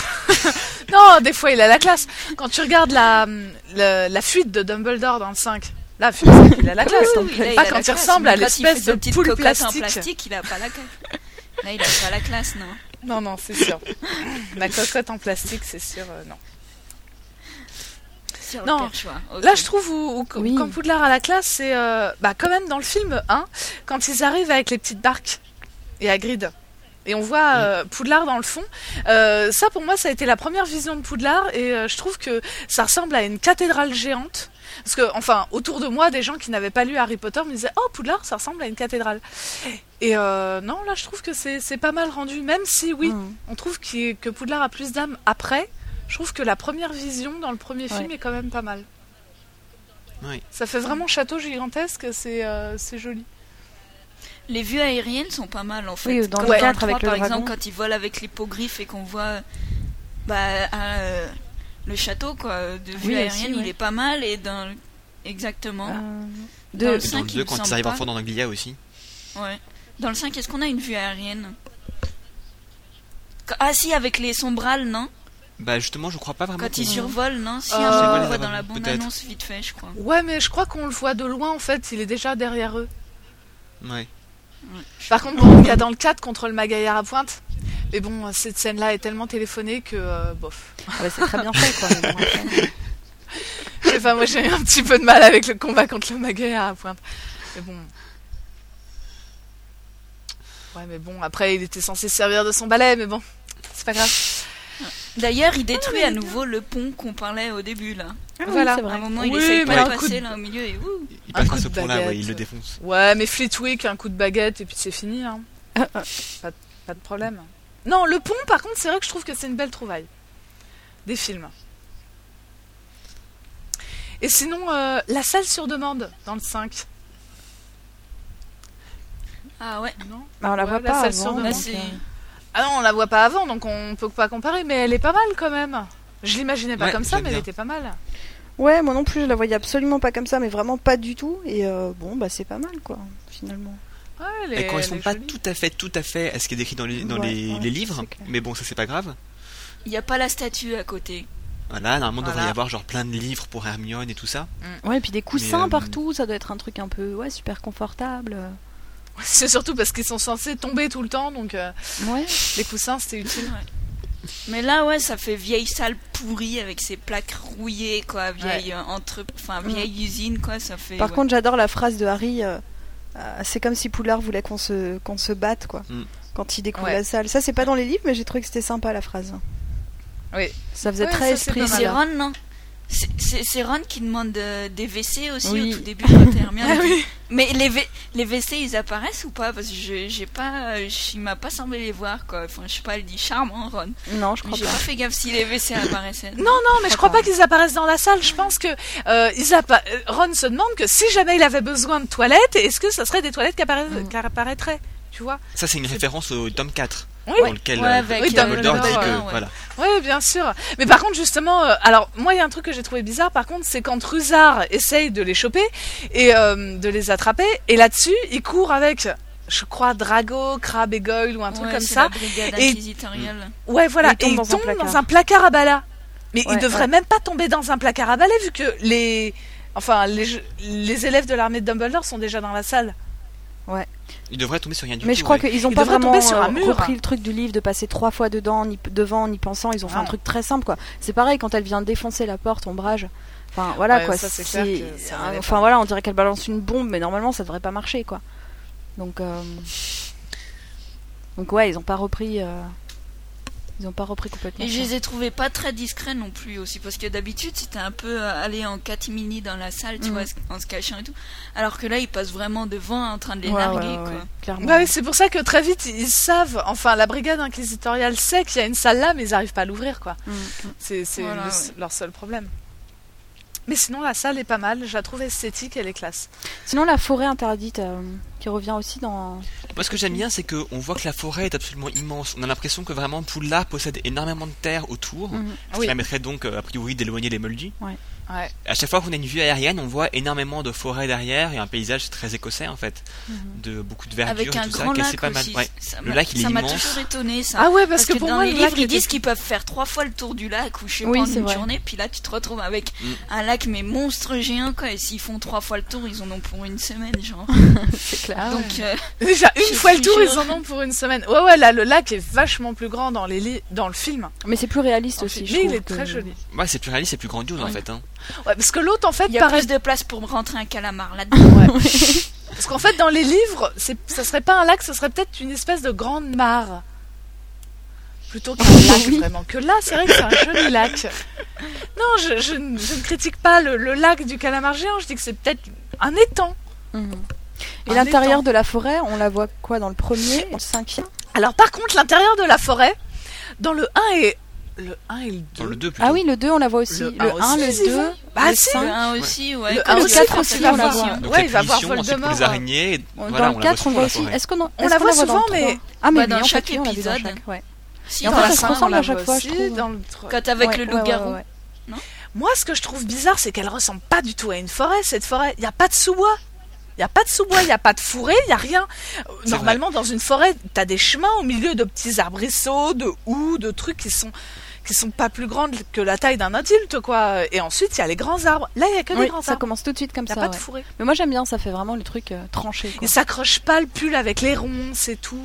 [SPEAKER 5] Non, des fois il a la classe. Quand tu regardes la, mm, la, la fuite de Dumbledore dans le 5, là, film cinq, il
[SPEAKER 4] [laughs]
[SPEAKER 5] a la classe.
[SPEAKER 4] Ah, Oui, oui, là, a
[SPEAKER 5] pas hein. Ah, quand
[SPEAKER 4] la
[SPEAKER 5] il
[SPEAKER 4] classe,
[SPEAKER 5] ressemble
[SPEAKER 4] mais
[SPEAKER 5] à
[SPEAKER 4] quand il
[SPEAKER 5] l'espèce
[SPEAKER 4] fait sa
[SPEAKER 5] de
[SPEAKER 4] petite
[SPEAKER 5] poule
[SPEAKER 4] cocotte
[SPEAKER 5] plastique.
[SPEAKER 4] en plastique, il a pas la classe. Là, il a pas la classe, non.
[SPEAKER 5] Non, non, c'est sûr. La cocotte en plastique, c'est sûr, euh, non.
[SPEAKER 4] Sur
[SPEAKER 5] Non.
[SPEAKER 4] le perchoir. ok.
[SPEAKER 5] Là, je trouve où, où-
[SPEAKER 6] Oui.
[SPEAKER 5] quand Poudlard à la classe, c'est euh, bah, quand même dans le film 1, quand ils arrivent avec les petites barques et Hagrid. Et on voit euh, Poudlard dans le fond. Euh, ça, pour moi, ça a été la première vision de Poudlard. Et euh, je trouve que ça ressemble à une cathédrale géante. Parce que, enfin, autour de moi, des gens qui n'avaient pas lu Harry Potter me disaient Oh, Poudlard, ça ressemble à une cathédrale. Et euh, non, là, je trouve que c'est c'est pas mal rendu. Même si, oui,
[SPEAKER 6] Mhm.
[SPEAKER 5] on trouve qu'il- que Poudlard a plus d'âme après. Je trouve que la première vision dans le premier film
[SPEAKER 6] Ouais.
[SPEAKER 5] est quand même pas mal.
[SPEAKER 2] Oui.
[SPEAKER 5] Ça fait vraiment château gigantesque, c'est euh, c'est joli.
[SPEAKER 4] Les vues aériennes sont pas mal en fait.
[SPEAKER 6] Oui, dans
[SPEAKER 4] Comme
[SPEAKER 6] le quatre
[SPEAKER 4] trois,
[SPEAKER 6] avec le
[SPEAKER 4] par
[SPEAKER 6] dragon.
[SPEAKER 4] exemple, quand ils volent avec l'hippogriffe et qu'on voit bah, euh, le château quoi, de vue
[SPEAKER 6] Oui, aussi,
[SPEAKER 4] aérienne, il
[SPEAKER 6] ouais.
[SPEAKER 4] est pas mal et dans exactement.
[SPEAKER 6] Euh,
[SPEAKER 4] Dans
[SPEAKER 6] de
[SPEAKER 2] Et
[SPEAKER 4] le
[SPEAKER 2] dans le
[SPEAKER 4] cinq, il
[SPEAKER 2] 2,
[SPEAKER 4] me
[SPEAKER 2] quand ils
[SPEAKER 4] semble
[SPEAKER 2] arrivent
[SPEAKER 4] pas.
[SPEAKER 2] enfin dans Anglia aussi.
[SPEAKER 5] Ah.
[SPEAKER 4] Ouais. Dans le 5, est-ce qu'on a une vue aérienne Qu- Ah si, avec les sombrales, non
[SPEAKER 2] Bah justement, je crois pas vraiment.
[SPEAKER 4] Quand ils
[SPEAKER 2] qu'on-
[SPEAKER 4] survolent, non Si,
[SPEAKER 5] Euh,
[SPEAKER 4] un moment, on le voit
[SPEAKER 2] peut-être.
[SPEAKER 4] dans la bande-annonce vite fait, je crois.
[SPEAKER 5] Ouais, mais je crois qu'on le voit de loin en fait, il est déjà derrière eux.
[SPEAKER 2] Ouais.
[SPEAKER 5] Par contre, bon, il y a dans le 4 contre le Magaillard à pointe. Mais bon, cette scène-là est tellement téléphonée que euh, bof.
[SPEAKER 6] Ah bah, c'est très bien fait quoi.
[SPEAKER 5] [laughs]
[SPEAKER 6] mais bon, après,
[SPEAKER 5] Je sais pas, moi j'ai eu un petit peu de mal avec le combat contre le Magaillard à pointe. Mais bon. Ouais, mais bon, après il était censé se servir de son balai, mais bon, c'est pas grave.
[SPEAKER 4] D'ailleurs, il détruit
[SPEAKER 6] Ah,
[SPEAKER 4] à nouveau le pont qu'on parlait au début là.
[SPEAKER 5] Ah oui, Voilà. c'est vrai.
[SPEAKER 4] À un moment, il
[SPEAKER 5] Oui,
[SPEAKER 4] essaye pas
[SPEAKER 5] mais
[SPEAKER 4] de
[SPEAKER 5] un coup
[SPEAKER 4] passer
[SPEAKER 5] de-
[SPEAKER 4] là au milieu et ouh.
[SPEAKER 2] Il
[SPEAKER 5] Un
[SPEAKER 2] passe
[SPEAKER 5] coup
[SPEAKER 2] par ce
[SPEAKER 5] de
[SPEAKER 2] pont-là, ouais,
[SPEAKER 5] baguette.
[SPEAKER 2] il le défonce.
[SPEAKER 5] Ouais, mais Fleetwick, un coup de baguette et puis c'est fini. Hein. pas, de- pas de problème. Non, le pont, par contre, c'est vrai que je trouve que c'est une belle trouvaille. Des films. Et sinon, euh, la salle sur demande dans le 5.
[SPEAKER 4] Ah ouais.
[SPEAKER 5] Non.
[SPEAKER 6] Bah, on la
[SPEAKER 5] Ouais,
[SPEAKER 6] voit
[SPEAKER 5] la
[SPEAKER 6] pas
[SPEAKER 5] salle sur
[SPEAKER 6] avant. euh.
[SPEAKER 5] demande. Ah non, on la voit pas avant, donc on peut pas comparer, mais elle est pas mal quand même. Je l'imaginais pas
[SPEAKER 6] Ouais,
[SPEAKER 5] comme ça,
[SPEAKER 6] j'aime
[SPEAKER 5] mais elle
[SPEAKER 6] bien.
[SPEAKER 5] était pas mal.
[SPEAKER 6] Ouais, moi non plus, je la voyais absolument pas comme ça, mais vraiment pas du tout. Et euh, bon, bah c'est pas mal quoi, finalement.
[SPEAKER 5] Ouais, elle est-
[SPEAKER 2] Elles correspondent
[SPEAKER 5] elle est
[SPEAKER 2] pas
[SPEAKER 5] jolie.
[SPEAKER 2] tout à fait, tout à fait à ce qui est décrit dans les, dans
[SPEAKER 4] Ouais,
[SPEAKER 2] les,
[SPEAKER 4] ouais,
[SPEAKER 2] les livres, mais bon, ça c'est pas grave.
[SPEAKER 4] Il n'y a pas la statue à côté.
[SPEAKER 2] Voilà, normalement, il devrait y
[SPEAKER 4] Voilà.
[SPEAKER 2] avoir genre plein de livres pour Hermione et tout ça.
[SPEAKER 6] Ouais, et puis des coussins
[SPEAKER 2] Mais, euh,
[SPEAKER 6] partout, ça doit être un truc un peu ouais, super confortable.
[SPEAKER 5] [laughs] C'est surtout parce qu'ils sont censés tomber tout le temps, donc euh,
[SPEAKER 6] Ouais.
[SPEAKER 5] les coussins c'était utile.
[SPEAKER 4] Mais là, ouais, ça fait vieille salle pourrie avec ses plaques rouillées, quoi. Vieille, euh, entre... enfin, vieille usine, quoi. Ça fait.
[SPEAKER 6] Mm. Par
[SPEAKER 4] ouais.
[SPEAKER 6] contre, j'adore la phrase de Harry euh, euh, c'est comme si Poulard voulait qu'on se, qu'on se batte, quoi.
[SPEAKER 2] Mm.
[SPEAKER 6] Quand il découvre
[SPEAKER 4] Ouais.
[SPEAKER 6] la salle. Ça, c'est pas dans les livres, mais j'ai trouvé que c'était sympa la phrase.
[SPEAKER 5] Oui.
[SPEAKER 6] Ça faisait
[SPEAKER 4] Ouais,
[SPEAKER 6] très
[SPEAKER 4] ça,
[SPEAKER 6] esprit.
[SPEAKER 4] C'est c'est
[SPEAKER 6] Poudlard.
[SPEAKER 4] Ron, non C'est- C'est c'est Ron qui demande euh, des WC aussi
[SPEAKER 6] Oui.
[SPEAKER 4] au tout début quand Hermione
[SPEAKER 6] [laughs] Ah
[SPEAKER 4] dit-
[SPEAKER 6] oui.
[SPEAKER 4] Mais les, vé- les WC, ils apparaissent ou pas Parce que je- j'ai pas, euh, je- il m'a pas semblé les voir, quoi. Enfin, je sais pas, elle dit charmant, Ron.
[SPEAKER 6] Non, je
[SPEAKER 4] Mais
[SPEAKER 6] crois
[SPEAKER 4] J'ai
[SPEAKER 6] pas.
[SPEAKER 4] pas fait gaffe si les WC apparaissaient.
[SPEAKER 5] Non, non, mais je crois pas qu'ils apparaissent dans la salle. Je pense que euh, ils appa- euh, Ron se demande que si jamais il avait besoin de toilettes, est-ce que ça serait des toilettes qui, appara-
[SPEAKER 4] Mm.
[SPEAKER 5] qui apparaîtraient Tu vois
[SPEAKER 2] Ça, c'est une référence au tome 4,
[SPEAKER 5] Oui.
[SPEAKER 2] dans lequel
[SPEAKER 5] Ouais,
[SPEAKER 2] euh,
[SPEAKER 5] avec, euh,
[SPEAKER 2] Dumbledore dit
[SPEAKER 5] Dumbledore,
[SPEAKER 2] que.
[SPEAKER 5] ouais.
[SPEAKER 2] Voilà.
[SPEAKER 5] Oui, bien sûr. Mais par contre, justement, euh, alors moi, il y a un truc que j'ai trouvé bizarre. Par contre, c'est quand Ruzard essaye de les choper et euh, de les attraper, et là-dessus, il court avec, je crois, Drago, Crabbe et Goyle ou un truc
[SPEAKER 4] Ouais,
[SPEAKER 5] comme
[SPEAKER 4] c'est
[SPEAKER 5] ça.
[SPEAKER 4] la brigade
[SPEAKER 5] Et-
[SPEAKER 4] inquisitoriale.
[SPEAKER 5] Ouais, voilà.
[SPEAKER 4] Et il tombe
[SPEAKER 5] et il
[SPEAKER 4] dans un
[SPEAKER 5] tombe
[SPEAKER 4] placard.
[SPEAKER 5] dans un placard à balai. Mais
[SPEAKER 4] Ouais,
[SPEAKER 5] il devrait
[SPEAKER 4] ouais.
[SPEAKER 5] même pas tomber dans un placard à balai vu que les, enfin, les, les élèves de l'armée de Dumbledore sont déjà dans la salle.
[SPEAKER 6] Ouais.
[SPEAKER 2] Il devrait tomber sur rien du
[SPEAKER 6] Mais
[SPEAKER 2] tout,
[SPEAKER 6] je crois
[SPEAKER 2] ouais.
[SPEAKER 6] qu'ils ont
[SPEAKER 5] Ils
[SPEAKER 6] pas
[SPEAKER 5] devraient
[SPEAKER 6] vraiment
[SPEAKER 5] tomber sur un
[SPEAKER 6] euh,
[SPEAKER 5] mur.
[SPEAKER 6] repris le truc du livre de passer trois fois dedans, ni p- devant, ni pensant. Ils ont fait un
[SPEAKER 5] Non.
[SPEAKER 6] truc très simple, quoi. C'est pareil quand elle vient défoncer la porte, ombrage. Enfin voilà
[SPEAKER 5] Ouais,
[SPEAKER 6] quoi.
[SPEAKER 5] ça, c'est
[SPEAKER 6] c'est-
[SPEAKER 5] clair que ça n'allait pas.
[SPEAKER 6] enfin voilà, on dirait qu'elle balance une bombe, mais normalement ça devrait pas marcher, quoi. Donc euh, donc ouais, ils ont pas repris. euh, Ils ont pas repris complètement.
[SPEAKER 4] Et je
[SPEAKER 6] ça.
[SPEAKER 4] les ai trouvés pas très discrets non plus aussi, parce que d'habitude c'était un peu euh, aller en catimini dans la salle, tu
[SPEAKER 6] Mhm.
[SPEAKER 4] vois, en se cachant et tout. Alors que là, ils passent vraiment devant en train de les
[SPEAKER 6] Ouais,
[SPEAKER 4] narguer,
[SPEAKER 6] ouais, ouais,
[SPEAKER 4] quoi.
[SPEAKER 6] clairement.
[SPEAKER 5] Bah oui, c'est pour ça que très vite ils savent. Enfin, la brigade inquisitoriale sait qu'il y a une salle là, mais ils n'arrivent pas à l'ouvrir, quoi. C'est c'est
[SPEAKER 4] Voilà,
[SPEAKER 5] le-
[SPEAKER 4] ouais.
[SPEAKER 5] leur seul problème. Mais sinon, la salle est pas mal. Je la trouve esthétique, elle est classe.
[SPEAKER 6] Sinon la forêt interdite euh, qui revient aussi dans.
[SPEAKER 2] Moi, ce que j'aime bien, c'est qu'on voit que la forêt est absolument immense. On a l'impression que vraiment Poudlard possède énormément de terre autour,
[SPEAKER 6] Mhm.
[SPEAKER 2] ce qui
[SPEAKER 6] Oui.
[SPEAKER 2] permettrait donc, euh, a priori, d'éloigner les Muldis.
[SPEAKER 6] Ouais.
[SPEAKER 5] Ouais.
[SPEAKER 2] À chaque fois qu'on a une vue aérienne, on voit énormément de forêts derrière et un paysage très écossais en fait, de beaucoup de verdure
[SPEAKER 4] Avec
[SPEAKER 2] et
[SPEAKER 4] un
[SPEAKER 2] tout
[SPEAKER 4] grand
[SPEAKER 2] ça, qui est-
[SPEAKER 4] lac
[SPEAKER 2] c'est pas mal.
[SPEAKER 4] aussi.
[SPEAKER 2] Ouais.
[SPEAKER 4] Ça
[SPEAKER 2] Le
[SPEAKER 4] m'a-
[SPEAKER 2] lac, il est
[SPEAKER 4] Ça m'a
[SPEAKER 2] immense.
[SPEAKER 4] toujours étonné ça.
[SPEAKER 5] Ah ouais, parce que pour
[SPEAKER 4] dans
[SPEAKER 5] moi,
[SPEAKER 4] les
[SPEAKER 5] le
[SPEAKER 4] livres,
[SPEAKER 5] lac
[SPEAKER 4] ils
[SPEAKER 5] était-
[SPEAKER 4] disent qu'ils peuvent faire trois fois le tour du lac ou je sais
[SPEAKER 6] Oui,
[SPEAKER 4] pas en
[SPEAKER 6] c'est
[SPEAKER 4] une
[SPEAKER 6] vrai. Mm.
[SPEAKER 4] journée, puis là tu te retrouves avec un lac mais monstre géant quoi. Et s'ils font trois fois le tour, ils en ont pour une semaine genre.
[SPEAKER 6] [laughs] c'est clair.
[SPEAKER 4] Donc euh,
[SPEAKER 5] [laughs] Déjà
[SPEAKER 4] je
[SPEAKER 5] une fois le
[SPEAKER 4] suis
[SPEAKER 5] tour, ils
[SPEAKER 4] sûre.
[SPEAKER 5] en ont pour une semaine. Ouais, ouais, là, le lac est vachement plus grand dans les li- dans le film.
[SPEAKER 6] Mais c'est plus réaliste aussi. je
[SPEAKER 5] Mais il
[SPEAKER 6] trouve
[SPEAKER 5] est
[SPEAKER 6] que-
[SPEAKER 5] très joli.
[SPEAKER 2] Ouais, c'est plus réaliste, c'est plus grandiose en fait. hein.
[SPEAKER 5] Ouais, parce que l'autre, en fait,
[SPEAKER 4] il y a
[SPEAKER 5] paraît [laughs]
[SPEAKER 4] plus de place pour rentrer un calamar
[SPEAKER 6] [laughs]
[SPEAKER 4] là-dedans.
[SPEAKER 5] Parce qu'en fait, dans les livres, c'est, ça serait pas un lac, ça serait peut-être une espèce de grande mare. Plutôt qu'un
[SPEAKER 6] Ah
[SPEAKER 5] lac, vraiment. Que là, c'est vrai que c'est un
[SPEAKER 6] [laughs]
[SPEAKER 5] joli lac. Non, je, je ne- je ne critique pas le, le lac du calamar géant, je dis que c'est peut-être un étang.
[SPEAKER 6] Mhm. Et l'intérieur de la forêt, on la voit quoi dans
[SPEAKER 5] [laughs]
[SPEAKER 6] le premier, dans le cinquième
[SPEAKER 5] Alors, par contre, l'intérieur de la forêt, dans le 1 et. Le 1 et le 2.
[SPEAKER 2] Dans le 2
[SPEAKER 6] Ah oui, le 2 on la voit aussi. Le,
[SPEAKER 5] Le
[SPEAKER 6] 1,
[SPEAKER 5] un aussi,
[SPEAKER 6] le
[SPEAKER 5] ils
[SPEAKER 6] 2,
[SPEAKER 5] vont. Bah
[SPEAKER 6] le
[SPEAKER 5] si.
[SPEAKER 6] 5.
[SPEAKER 5] Le un
[SPEAKER 4] aussi, ouais.
[SPEAKER 5] Le
[SPEAKER 6] que le 4 aussi, on la
[SPEAKER 4] hein.
[SPEAKER 6] voit.
[SPEAKER 2] Donc
[SPEAKER 5] Ouais,
[SPEAKER 2] la
[SPEAKER 5] il va voir
[SPEAKER 2] punition, ensuite, pour les
[SPEAKER 5] Voldemort.
[SPEAKER 2] araignées,
[SPEAKER 6] Dans
[SPEAKER 2] voilà,
[SPEAKER 6] le
[SPEAKER 2] on la
[SPEAKER 6] 4 on le
[SPEAKER 2] souvent,
[SPEAKER 6] voit aussi.
[SPEAKER 2] la forêt.
[SPEAKER 6] Est-ce qu'on en-
[SPEAKER 5] On
[SPEAKER 6] est-ce
[SPEAKER 5] la
[SPEAKER 6] qu'on
[SPEAKER 5] voit
[SPEAKER 6] dans
[SPEAKER 5] souvent,
[SPEAKER 6] le
[SPEAKER 5] mais-
[SPEAKER 6] trois Ah, mais
[SPEAKER 4] Bah,
[SPEAKER 6] oui,
[SPEAKER 4] dans
[SPEAKER 6] en fait,
[SPEAKER 4] chaque
[SPEAKER 6] oui, on la vit dans
[SPEAKER 4] épisode.
[SPEAKER 6] chaque, ouais.
[SPEAKER 4] Si,
[SPEAKER 6] Et en
[SPEAKER 4] dans
[SPEAKER 6] fait,
[SPEAKER 4] la
[SPEAKER 6] ça se
[SPEAKER 4] cinq, on
[SPEAKER 6] ressemble
[SPEAKER 4] la
[SPEAKER 6] à chaque
[SPEAKER 4] voit
[SPEAKER 6] fois,
[SPEAKER 4] aussi.
[SPEAKER 6] je trouve.
[SPEAKER 5] dans le trois.
[SPEAKER 4] Quand avec
[SPEAKER 6] Ouais,
[SPEAKER 4] le
[SPEAKER 6] ouais,
[SPEAKER 4] loup-garou.
[SPEAKER 6] ouais, ouais.
[SPEAKER 5] Moi, ce que je trouve bizarre, c'est qu'elle ressemble pas du tout à une forêt, cette forêt. Il n'y a pas de sous-bois. Il n'y a pas de sous-bois, il n'y a pas de fourré, il n'y a rien. Euh,
[SPEAKER 2] C'est
[SPEAKER 5] Normalement, dans une forêt, tu as des chemins au milieu de petits arbrisseaux, de houx, de trucs qui sont qui sont pas plus grandes que la taille d'un adulte, quoi. Et ensuite, il y a les grands arbres. Là, il n'y a que
[SPEAKER 6] Oui,
[SPEAKER 5] des grands
[SPEAKER 6] ça
[SPEAKER 5] arbres.
[SPEAKER 6] commence tout de suite comme
[SPEAKER 5] Y a
[SPEAKER 6] ça.
[SPEAKER 5] pas de
[SPEAKER 6] ouais.
[SPEAKER 5] fourré.
[SPEAKER 6] Mais moi j'aime bien, ça fait vraiment le truc euh, tranché. quoi.
[SPEAKER 5] Ils s'accrochent pas le pull avec les ronces et tout.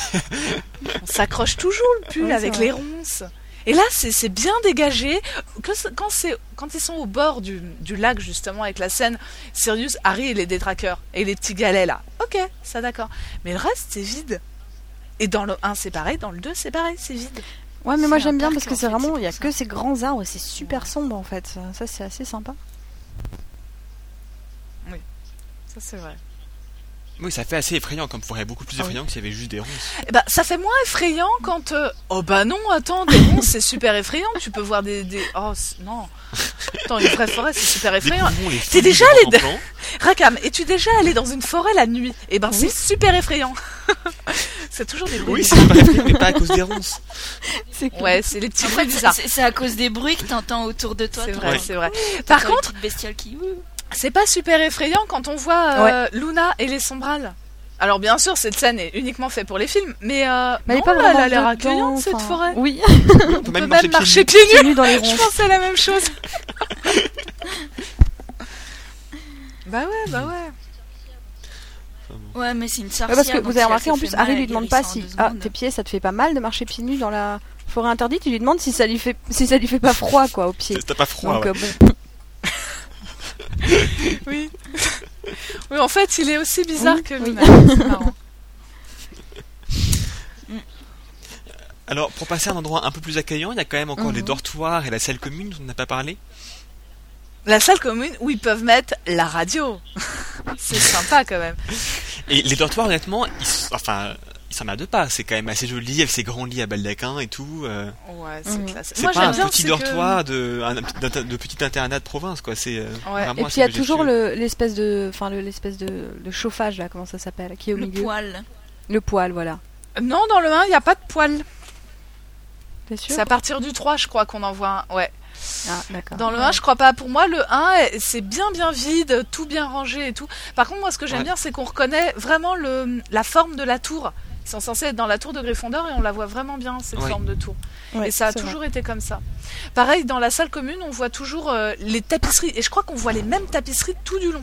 [SPEAKER 5] [laughs] On s'accroche toujours le pull
[SPEAKER 6] Ouais, c'est
[SPEAKER 5] avec
[SPEAKER 6] vrai.
[SPEAKER 5] les ronces. Et là, c'est c'est bien dégagé. Que ce- quand, c'est- quand ils sont au bord du, du lac, justement, avec la scène Sirius, Harry et les détraqueurs, et les petits galets, là. Ok, ça d'accord. Mais le reste, c'est vide. Et dans le 1, c'est pareil. Dans le 2, c'est pareil, c'est vide.
[SPEAKER 6] Ouais, mais moi
[SPEAKER 4] C'est
[SPEAKER 6] j'aime
[SPEAKER 4] un
[SPEAKER 6] bien
[SPEAKER 4] parc,
[SPEAKER 6] parce que
[SPEAKER 4] en
[SPEAKER 6] c'est
[SPEAKER 4] fait,
[SPEAKER 6] vraiment,
[SPEAKER 4] c'est
[SPEAKER 6] il y a
[SPEAKER 4] pour
[SPEAKER 6] que ces grands arbres et c'est super sombre en fait. Ça, ça, c'est assez sympa.
[SPEAKER 5] Oui, ça c'est vrai.
[SPEAKER 2] Oui, ça fait assez effrayant comme forêt, beaucoup plus effrayant que s'il y avait juste des ronces.
[SPEAKER 5] Eh ben, ça fait moins effrayant quand. euh, Oh bah non, attends, des ronces, c'est super effrayant. Tu peux voir des. des- Oh c'est- non. Attends, une vraie forêt, c'est super effrayant.
[SPEAKER 2] poumons, les
[SPEAKER 5] T'es
[SPEAKER 2] fouilles,
[SPEAKER 5] déjà
[SPEAKER 2] les
[SPEAKER 5] allé.
[SPEAKER 2] enfants.
[SPEAKER 5] Rakam, es-tu déjà allé dans une forêt la nuit Eh ben, c'est super effrayant. [laughs] c'est toujours des bruits.
[SPEAKER 2] Oui, c'est pas effrayant, mais pas à cause des ronces.
[SPEAKER 5] Ouais, c'est les
[SPEAKER 6] Ah
[SPEAKER 5] petits
[SPEAKER 4] En
[SPEAKER 5] bruits
[SPEAKER 4] fait,
[SPEAKER 5] bizarres.
[SPEAKER 4] c'est- C'est à cause des bruits que t'entends autour de toi.
[SPEAKER 5] C'est
[SPEAKER 4] t'entends-
[SPEAKER 5] vrai, c'est vrai.
[SPEAKER 4] t'entends
[SPEAKER 5] Par
[SPEAKER 4] les
[SPEAKER 5] contre-
[SPEAKER 4] petites bestioles qui.
[SPEAKER 5] C'est pas super effrayant quand on voit euh, Luna et les sombrales. Alors bien sûr, cette scène est uniquement faite pour les films, mais, euh,
[SPEAKER 6] Mais elle est
[SPEAKER 5] non,
[SPEAKER 6] pas vraiment
[SPEAKER 5] a l'air
[SPEAKER 6] dedans,
[SPEAKER 5] accueillante cette
[SPEAKER 6] enfin,
[SPEAKER 5] forêt.
[SPEAKER 6] Oui.
[SPEAKER 5] on peut
[SPEAKER 2] même
[SPEAKER 5] même
[SPEAKER 2] marcher
[SPEAKER 5] marcher,
[SPEAKER 2] pieds
[SPEAKER 5] pieds nus.
[SPEAKER 6] nus dans les
[SPEAKER 5] Je
[SPEAKER 6] ronces.
[SPEAKER 5] pensais à la même
[SPEAKER 6] [laughs]
[SPEAKER 5] chose. bah ouais, bah ouais.
[SPEAKER 4] Ouais, mais c'est une
[SPEAKER 6] Ouais,
[SPEAKER 4] sorcière.
[SPEAKER 6] parce que
[SPEAKER 4] donc si
[SPEAKER 6] vous avez
[SPEAKER 4] elle
[SPEAKER 6] remarqué
[SPEAKER 4] se
[SPEAKER 6] en
[SPEAKER 4] fait
[SPEAKER 6] plus,
[SPEAKER 4] mal,
[SPEAKER 6] Harry
[SPEAKER 4] elle
[SPEAKER 6] lui demande
[SPEAKER 4] guérit ça
[SPEAKER 6] pas
[SPEAKER 4] en
[SPEAKER 6] si
[SPEAKER 4] deux
[SPEAKER 6] ah
[SPEAKER 4] secondes.
[SPEAKER 6] tes pieds ça te fait pas mal de marcher pieds nus dans la forêt interdite. Il lui demande si ça lui fait si ça lui fait pas froid quoi aux pieds.
[SPEAKER 2] T'as pas froid,
[SPEAKER 6] Donc
[SPEAKER 2] ouais.
[SPEAKER 6] euh, bon.
[SPEAKER 5] Oui. [laughs] oui, en fait, il est aussi bizarre
[SPEAKER 6] Oui,
[SPEAKER 5] que
[SPEAKER 6] oui.
[SPEAKER 5] Luna. C'est marrant. euh,
[SPEAKER 2] Alors, pour passer à un endroit un peu plus accueillant, il y a quand même
[SPEAKER 5] Mhm.
[SPEAKER 2] encore les dortoirs et la salle commune dont on n'a pas parlé.
[SPEAKER 5] La salle commune où ils peuvent mettre la [laughs] radio. C'est sympa quand même.
[SPEAKER 2] Et les dortoirs, honnêtement, ils, s- enfin, ils s'en de pas. C'est quand même assez joli avec ces grands lits à baldaquin et tout. euh,
[SPEAKER 5] Ouais, Mhm. c'est classe.
[SPEAKER 2] C'est
[SPEAKER 5] Moi,
[SPEAKER 2] pas
[SPEAKER 5] j'aime
[SPEAKER 2] un
[SPEAKER 5] bien,
[SPEAKER 2] petit
[SPEAKER 5] c'est que-
[SPEAKER 2] dortoir de, un petit- d'un- de petit internat de province, quoi. C'est euh,
[SPEAKER 5] Ouais.
[SPEAKER 2] vraiment
[SPEAKER 6] Et puis
[SPEAKER 2] assez
[SPEAKER 6] il y a toujours
[SPEAKER 2] majestueux.
[SPEAKER 6] le- l'espèce de enfin le- l'espèce de le chauffage là comment ça s'appelle qui est au
[SPEAKER 4] Le
[SPEAKER 6] milieu.
[SPEAKER 4] poil.
[SPEAKER 6] Le poêle voilà.
[SPEAKER 5] Non, dans le 1, il n'y a pas de poils.
[SPEAKER 6] T'es sûr
[SPEAKER 5] C'est à partir du 3, je crois qu'on en voit un. Ouais.
[SPEAKER 6] Ah d'accord.
[SPEAKER 5] Dans le 1, je crois pas. Pour moi, le 1, eh, c'est bien bien vide, tout bien rangé et tout. Par contre, moi, ce que j'aime
[SPEAKER 2] Ouais.
[SPEAKER 5] bien, c'est qu'on reconnaît vraiment le, la forme de la tour. Ils sont censés être dans la tour de Gryffondor et on la voit vraiment bien, cette
[SPEAKER 2] Ouais.
[SPEAKER 5] forme de tour.
[SPEAKER 6] Ouais,
[SPEAKER 5] et ça a
[SPEAKER 6] c'est vrai.
[SPEAKER 5] toujours été comme ça. Pareil, dans la salle commune, on voit toujours euh, les tapisseries. Et je crois qu'on voit les mêmes tapisseries tout du long.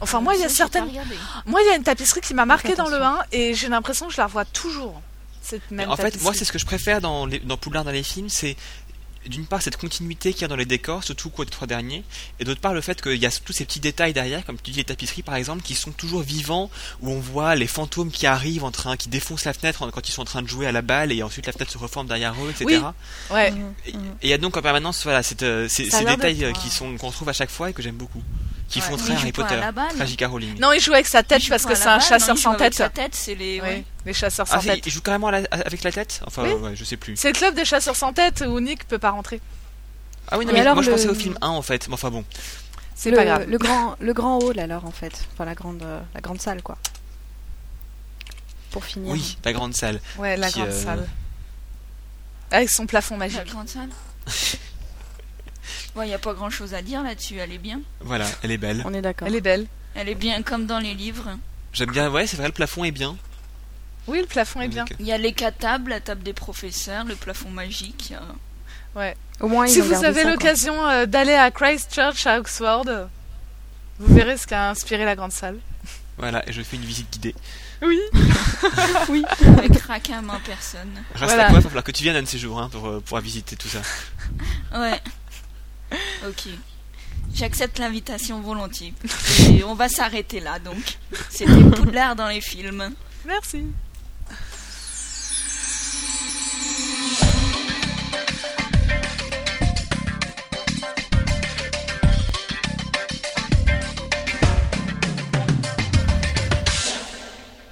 [SPEAKER 5] Enfin, moi, il y
[SPEAKER 4] Ça, j'ai
[SPEAKER 5] a
[SPEAKER 4] pas
[SPEAKER 5] certaines...
[SPEAKER 4] regardé.
[SPEAKER 5] Moi, il y a une tapisserie qui m'a marqué dans le
[SPEAKER 6] attention.
[SPEAKER 5] 1 et j'ai l'impression que je la revois toujours. Cette même
[SPEAKER 2] En fait, moi,
[SPEAKER 5] tapisserie.
[SPEAKER 2] c'est ce que je préfère dans, les, dans Poudlard dans les films, c'est d'une part cette continuité qu'il y a dans les décors, surtout au cours des trois derniers, et d'autre part le fait qu'il y a tous ces petits détails derrière, comme tu dis les tapisseries par exemple, qui sont toujours vivants, où on voit les fantômes qui arrivent en train, qui défoncent la fenêtre en- quand ils sont en train de jouer à la balle, et ensuite la fenêtre se reforme derrière eux, etc.
[SPEAKER 5] Oui. Ouais.
[SPEAKER 2] Et et il y a donc en permanence voilà, cette, euh, ces,
[SPEAKER 5] Ça a
[SPEAKER 2] ces
[SPEAKER 5] l'air
[SPEAKER 2] détails
[SPEAKER 5] d'être,
[SPEAKER 2] euh, qui sont qu'on trouve à chaque fois et que j'aime beaucoup, qui
[SPEAKER 5] Ouais.
[SPEAKER 2] font
[SPEAKER 5] Mais
[SPEAKER 2] très
[SPEAKER 4] ils
[SPEAKER 2] Harry
[SPEAKER 4] jouent pas à
[SPEAKER 2] Potter,
[SPEAKER 4] la
[SPEAKER 6] [laughs]
[SPEAKER 4] balle.
[SPEAKER 2] tragique Harolini.
[SPEAKER 5] Non, il joue avec sa tête
[SPEAKER 4] Il joue
[SPEAKER 5] parce
[SPEAKER 4] pas
[SPEAKER 5] que
[SPEAKER 4] à
[SPEAKER 5] c'est
[SPEAKER 4] la
[SPEAKER 5] un
[SPEAKER 4] balle,
[SPEAKER 5] chasseur
[SPEAKER 4] non, il
[SPEAKER 5] sans
[SPEAKER 4] joue avec
[SPEAKER 5] tête.
[SPEAKER 4] Sa tête, c'est les.
[SPEAKER 5] Oui,
[SPEAKER 4] ouais.
[SPEAKER 5] les chasseurs sans
[SPEAKER 2] Ah, c'est-
[SPEAKER 5] tête.
[SPEAKER 2] il joue carrément à la- avec la tête Enfin,
[SPEAKER 5] Oui.
[SPEAKER 2] ouais, je sais plus.
[SPEAKER 5] C'est le club des chasseurs sans tête où Nick peut pas rentrer.
[SPEAKER 2] Ah oui, non,
[SPEAKER 6] Et
[SPEAKER 2] mais
[SPEAKER 6] alors,
[SPEAKER 2] moi je
[SPEAKER 6] le-
[SPEAKER 2] pensais au film 1 en fait, mais enfin bon.
[SPEAKER 5] C'est
[SPEAKER 6] le,
[SPEAKER 5] pas grave.
[SPEAKER 6] le grand le grand hall alors en fait enfin la grande euh, la grande salle quoi. Pour finir.
[SPEAKER 2] Oui, la grande salle.
[SPEAKER 5] Ouais, la
[SPEAKER 2] qui,
[SPEAKER 5] grande
[SPEAKER 2] euh,
[SPEAKER 5] salle. Avec son plafond
[SPEAKER 4] La
[SPEAKER 5] magique.
[SPEAKER 4] grande salle. Bon, il n'y a pas grand chose à dire là-dessus, elle est bien.
[SPEAKER 2] Voilà, elle est belle.
[SPEAKER 6] On est d'accord.
[SPEAKER 5] Elle est belle.
[SPEAKER 4] Elle est bien comme dans les livres.
[SPEAKER 2] J'aime bien, ouais, c'est vrai, le plafond est bien.
[SPEAKER 5] Oui, le plafond est bien.
[SPEAKER 2] Donc, euh,
[SPEAKER 4] Il y a les quatre tables, la table des professeurs, le plafond magique. euh.
[SPEAKER 6] Au moins ils
[SPEAKER 5] Si
[SPEAKER 6] ont
[SPEAKER 5] vous
[SPEAKER 6] gardé
[SPEAKER 5] avez
[SPEAKER 6] ça, quoi.
[SPEAKER 5] l'occasion euh, d'aller à Christchurch à Oxford, euh, vous verrez ce qu'a inspiré la grande salle.
[SPEAKER 2] Voilà, et je fais une visite guidée.
[SPEAKER 5] Oui.
[SPEAKER 4] euh,
[SPEAKER 5] [laughs]
[SPEAKER 4] avec Rakam en personne.
[SPEAKER 2] Reste à
[SPEAKER 5] Voilà.
[SPEAKER 2] quoi Il va falloir que tu viennes un de ces jours hein, pour, euh, pour visiter tout ça.
[SPEAKER 4] Ouais. Ok. J'accepte l'invitation volontiers. Et on va s'arrêter là donc. C'était Poudlard dans les films.
[SPEAKER 5] Merci.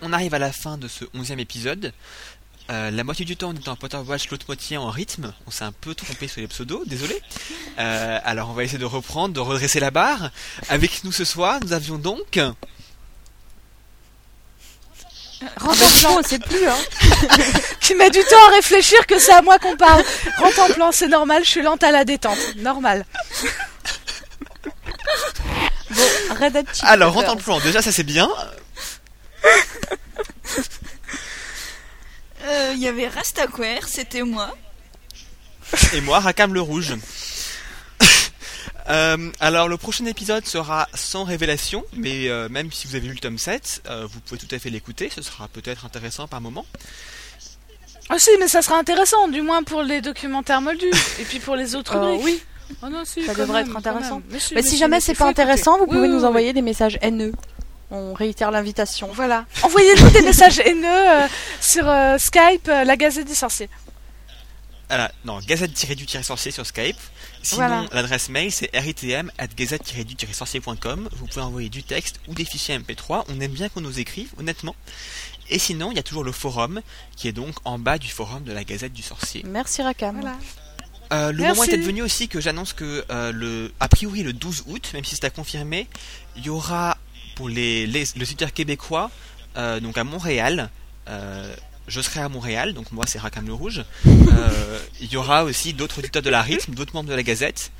[SPEAKER 2] On arrive à la fin de ce onzième épisode. Euh, la moitié du temps, on est en Potterwatch, l'autre moitié en rythme. On s'est un peu trompé sur les pseudos, désolé. Euh, alors, on va essayer de reprendre, de redresser la barre. Avec nous ce soir, nous avions donc.
[SPEAKER 6] Renforcement, c'est plus hein.
[SPEAKER 5] [laughs] Qui met du temps à réfléchir que c'est à moi qu'on parle. Rentre en plan, c'est normal, je suis lente à la détente. Normal.
[SPEAKER 6] Bon, Red Hot Chili
[SPEAKER 2] Alors, rentre
[SPEAKER 6] Peppers.
[SPEAKER 2] en plan, déjà, ça c'est bien.
[SPEAKER 4] Euh, Il y avait Rastaquaire, c'était moi.
[SPEAKER 2] et moi, Rakam le Rouge. Euh, alors le prochain épisode sera sans révélation, mais euh, même si vous avez lu le tome 7, euh, vous pouvez tout à fait l'écouter, ce sera peut-être intéressant par moment.
[SPEAKER 5] Ah si, mais ça sera intéressant, du moins pour les documentaires moldus. Et puis pour les autres
[SPEAKER 6] Euh,
[SPEAKER 5] rubriques.
[SPEAKER 6] oui.
[SPEAKER 5] Oh non, si,
[SPEAKER 6] Ça
[SPEAKER 5] quand
[SPEAKER 6] devrait
[SPEAKER 5] même,
[SPEAKER 6] être
[SPEAKER 5] quand même.
[SPEAKER 6] intéressant.
[SPEAKER 5] Mais si,
[SPEAKER 6] Mais
[SPEAKER 5] mais
[SPEAKER 6] Bah, si
[SPEAKER 5] si,
[SPEAKER 6] jamais
[SPEAKER 5] mais
[SPEAKER 6] c'est
[SPEAKER 5] faut
[SPEAKER 6] pas
[SPEAKER 5] écouter.
[SPEAKER 6] intéressant, vous
[SPEAKER 5] Oui,
[SPEAKER 6] pouvez
[SPEAKER 5] oui,
[SPEAKER 6] nous
[SPEAKER 5] oui. [laughs]
[SPEAKER 6] envoyer des messages haineux. On réitère l'invitation.
[SPEAKER 5] Voilà. Envoyez-nous des messages haineux euh, sur euh, Skype, euh, la Gazette des Sorciers.
[SPEAKER 2] alors, non, gazette-du-sorcier sur Skype.
[SPEAKER 6] Voilà.
[SPEAKER 2] Sinon, l'adresse mail c'est rtm@gazette-du-sorcier.com. Vous pouvez envoyer du texte ou des fichiers MP3. On aime bien qu'on nous écrive, honnêtement. Et sinon, il y a toujours le forum qui est donc en bas du forum de la Gazette du Sorcier.
[SPEAKER 6] Merci Rakam.
[SPEAKER 2] Euh, le moment
[SPEAKER 6] Merci.
[SPEAKER 2] est venu aussi que j'annonce que euh, le, a priori le 12 août, même si c'est à confirmer, il y aura pour les, les le secteur québécois, euh, donc à Montréal. euh, je serai à Montréal, donc moi c'est Rakam le Rouge. Euh, Il y aura aussi d'autres auditeurs de la rythme, d'autres membres de la Gazette.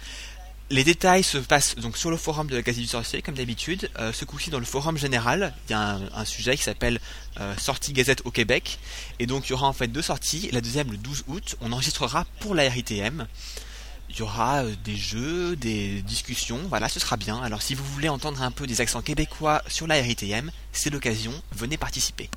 [SPEAKER 2] Les détails se passent donc sur le forum de la Gazette du Sorcier, comme d'habitude. Euh, ce coup-ci, dans le forum général, il y a un, un sujet qui s'appelle euh, Sortie Gazette au Québec. Et donc, il y aura en fait deux sorties. La deuxième, le 12 août, on enregistrera pour la RITM. Il y aura euh, des jeux, des discussions. Voilà, ce sera bien. Alors, si vous voulez entendre un peu des accents québécois sur la RITM, c'est l'occasion. Venez participer.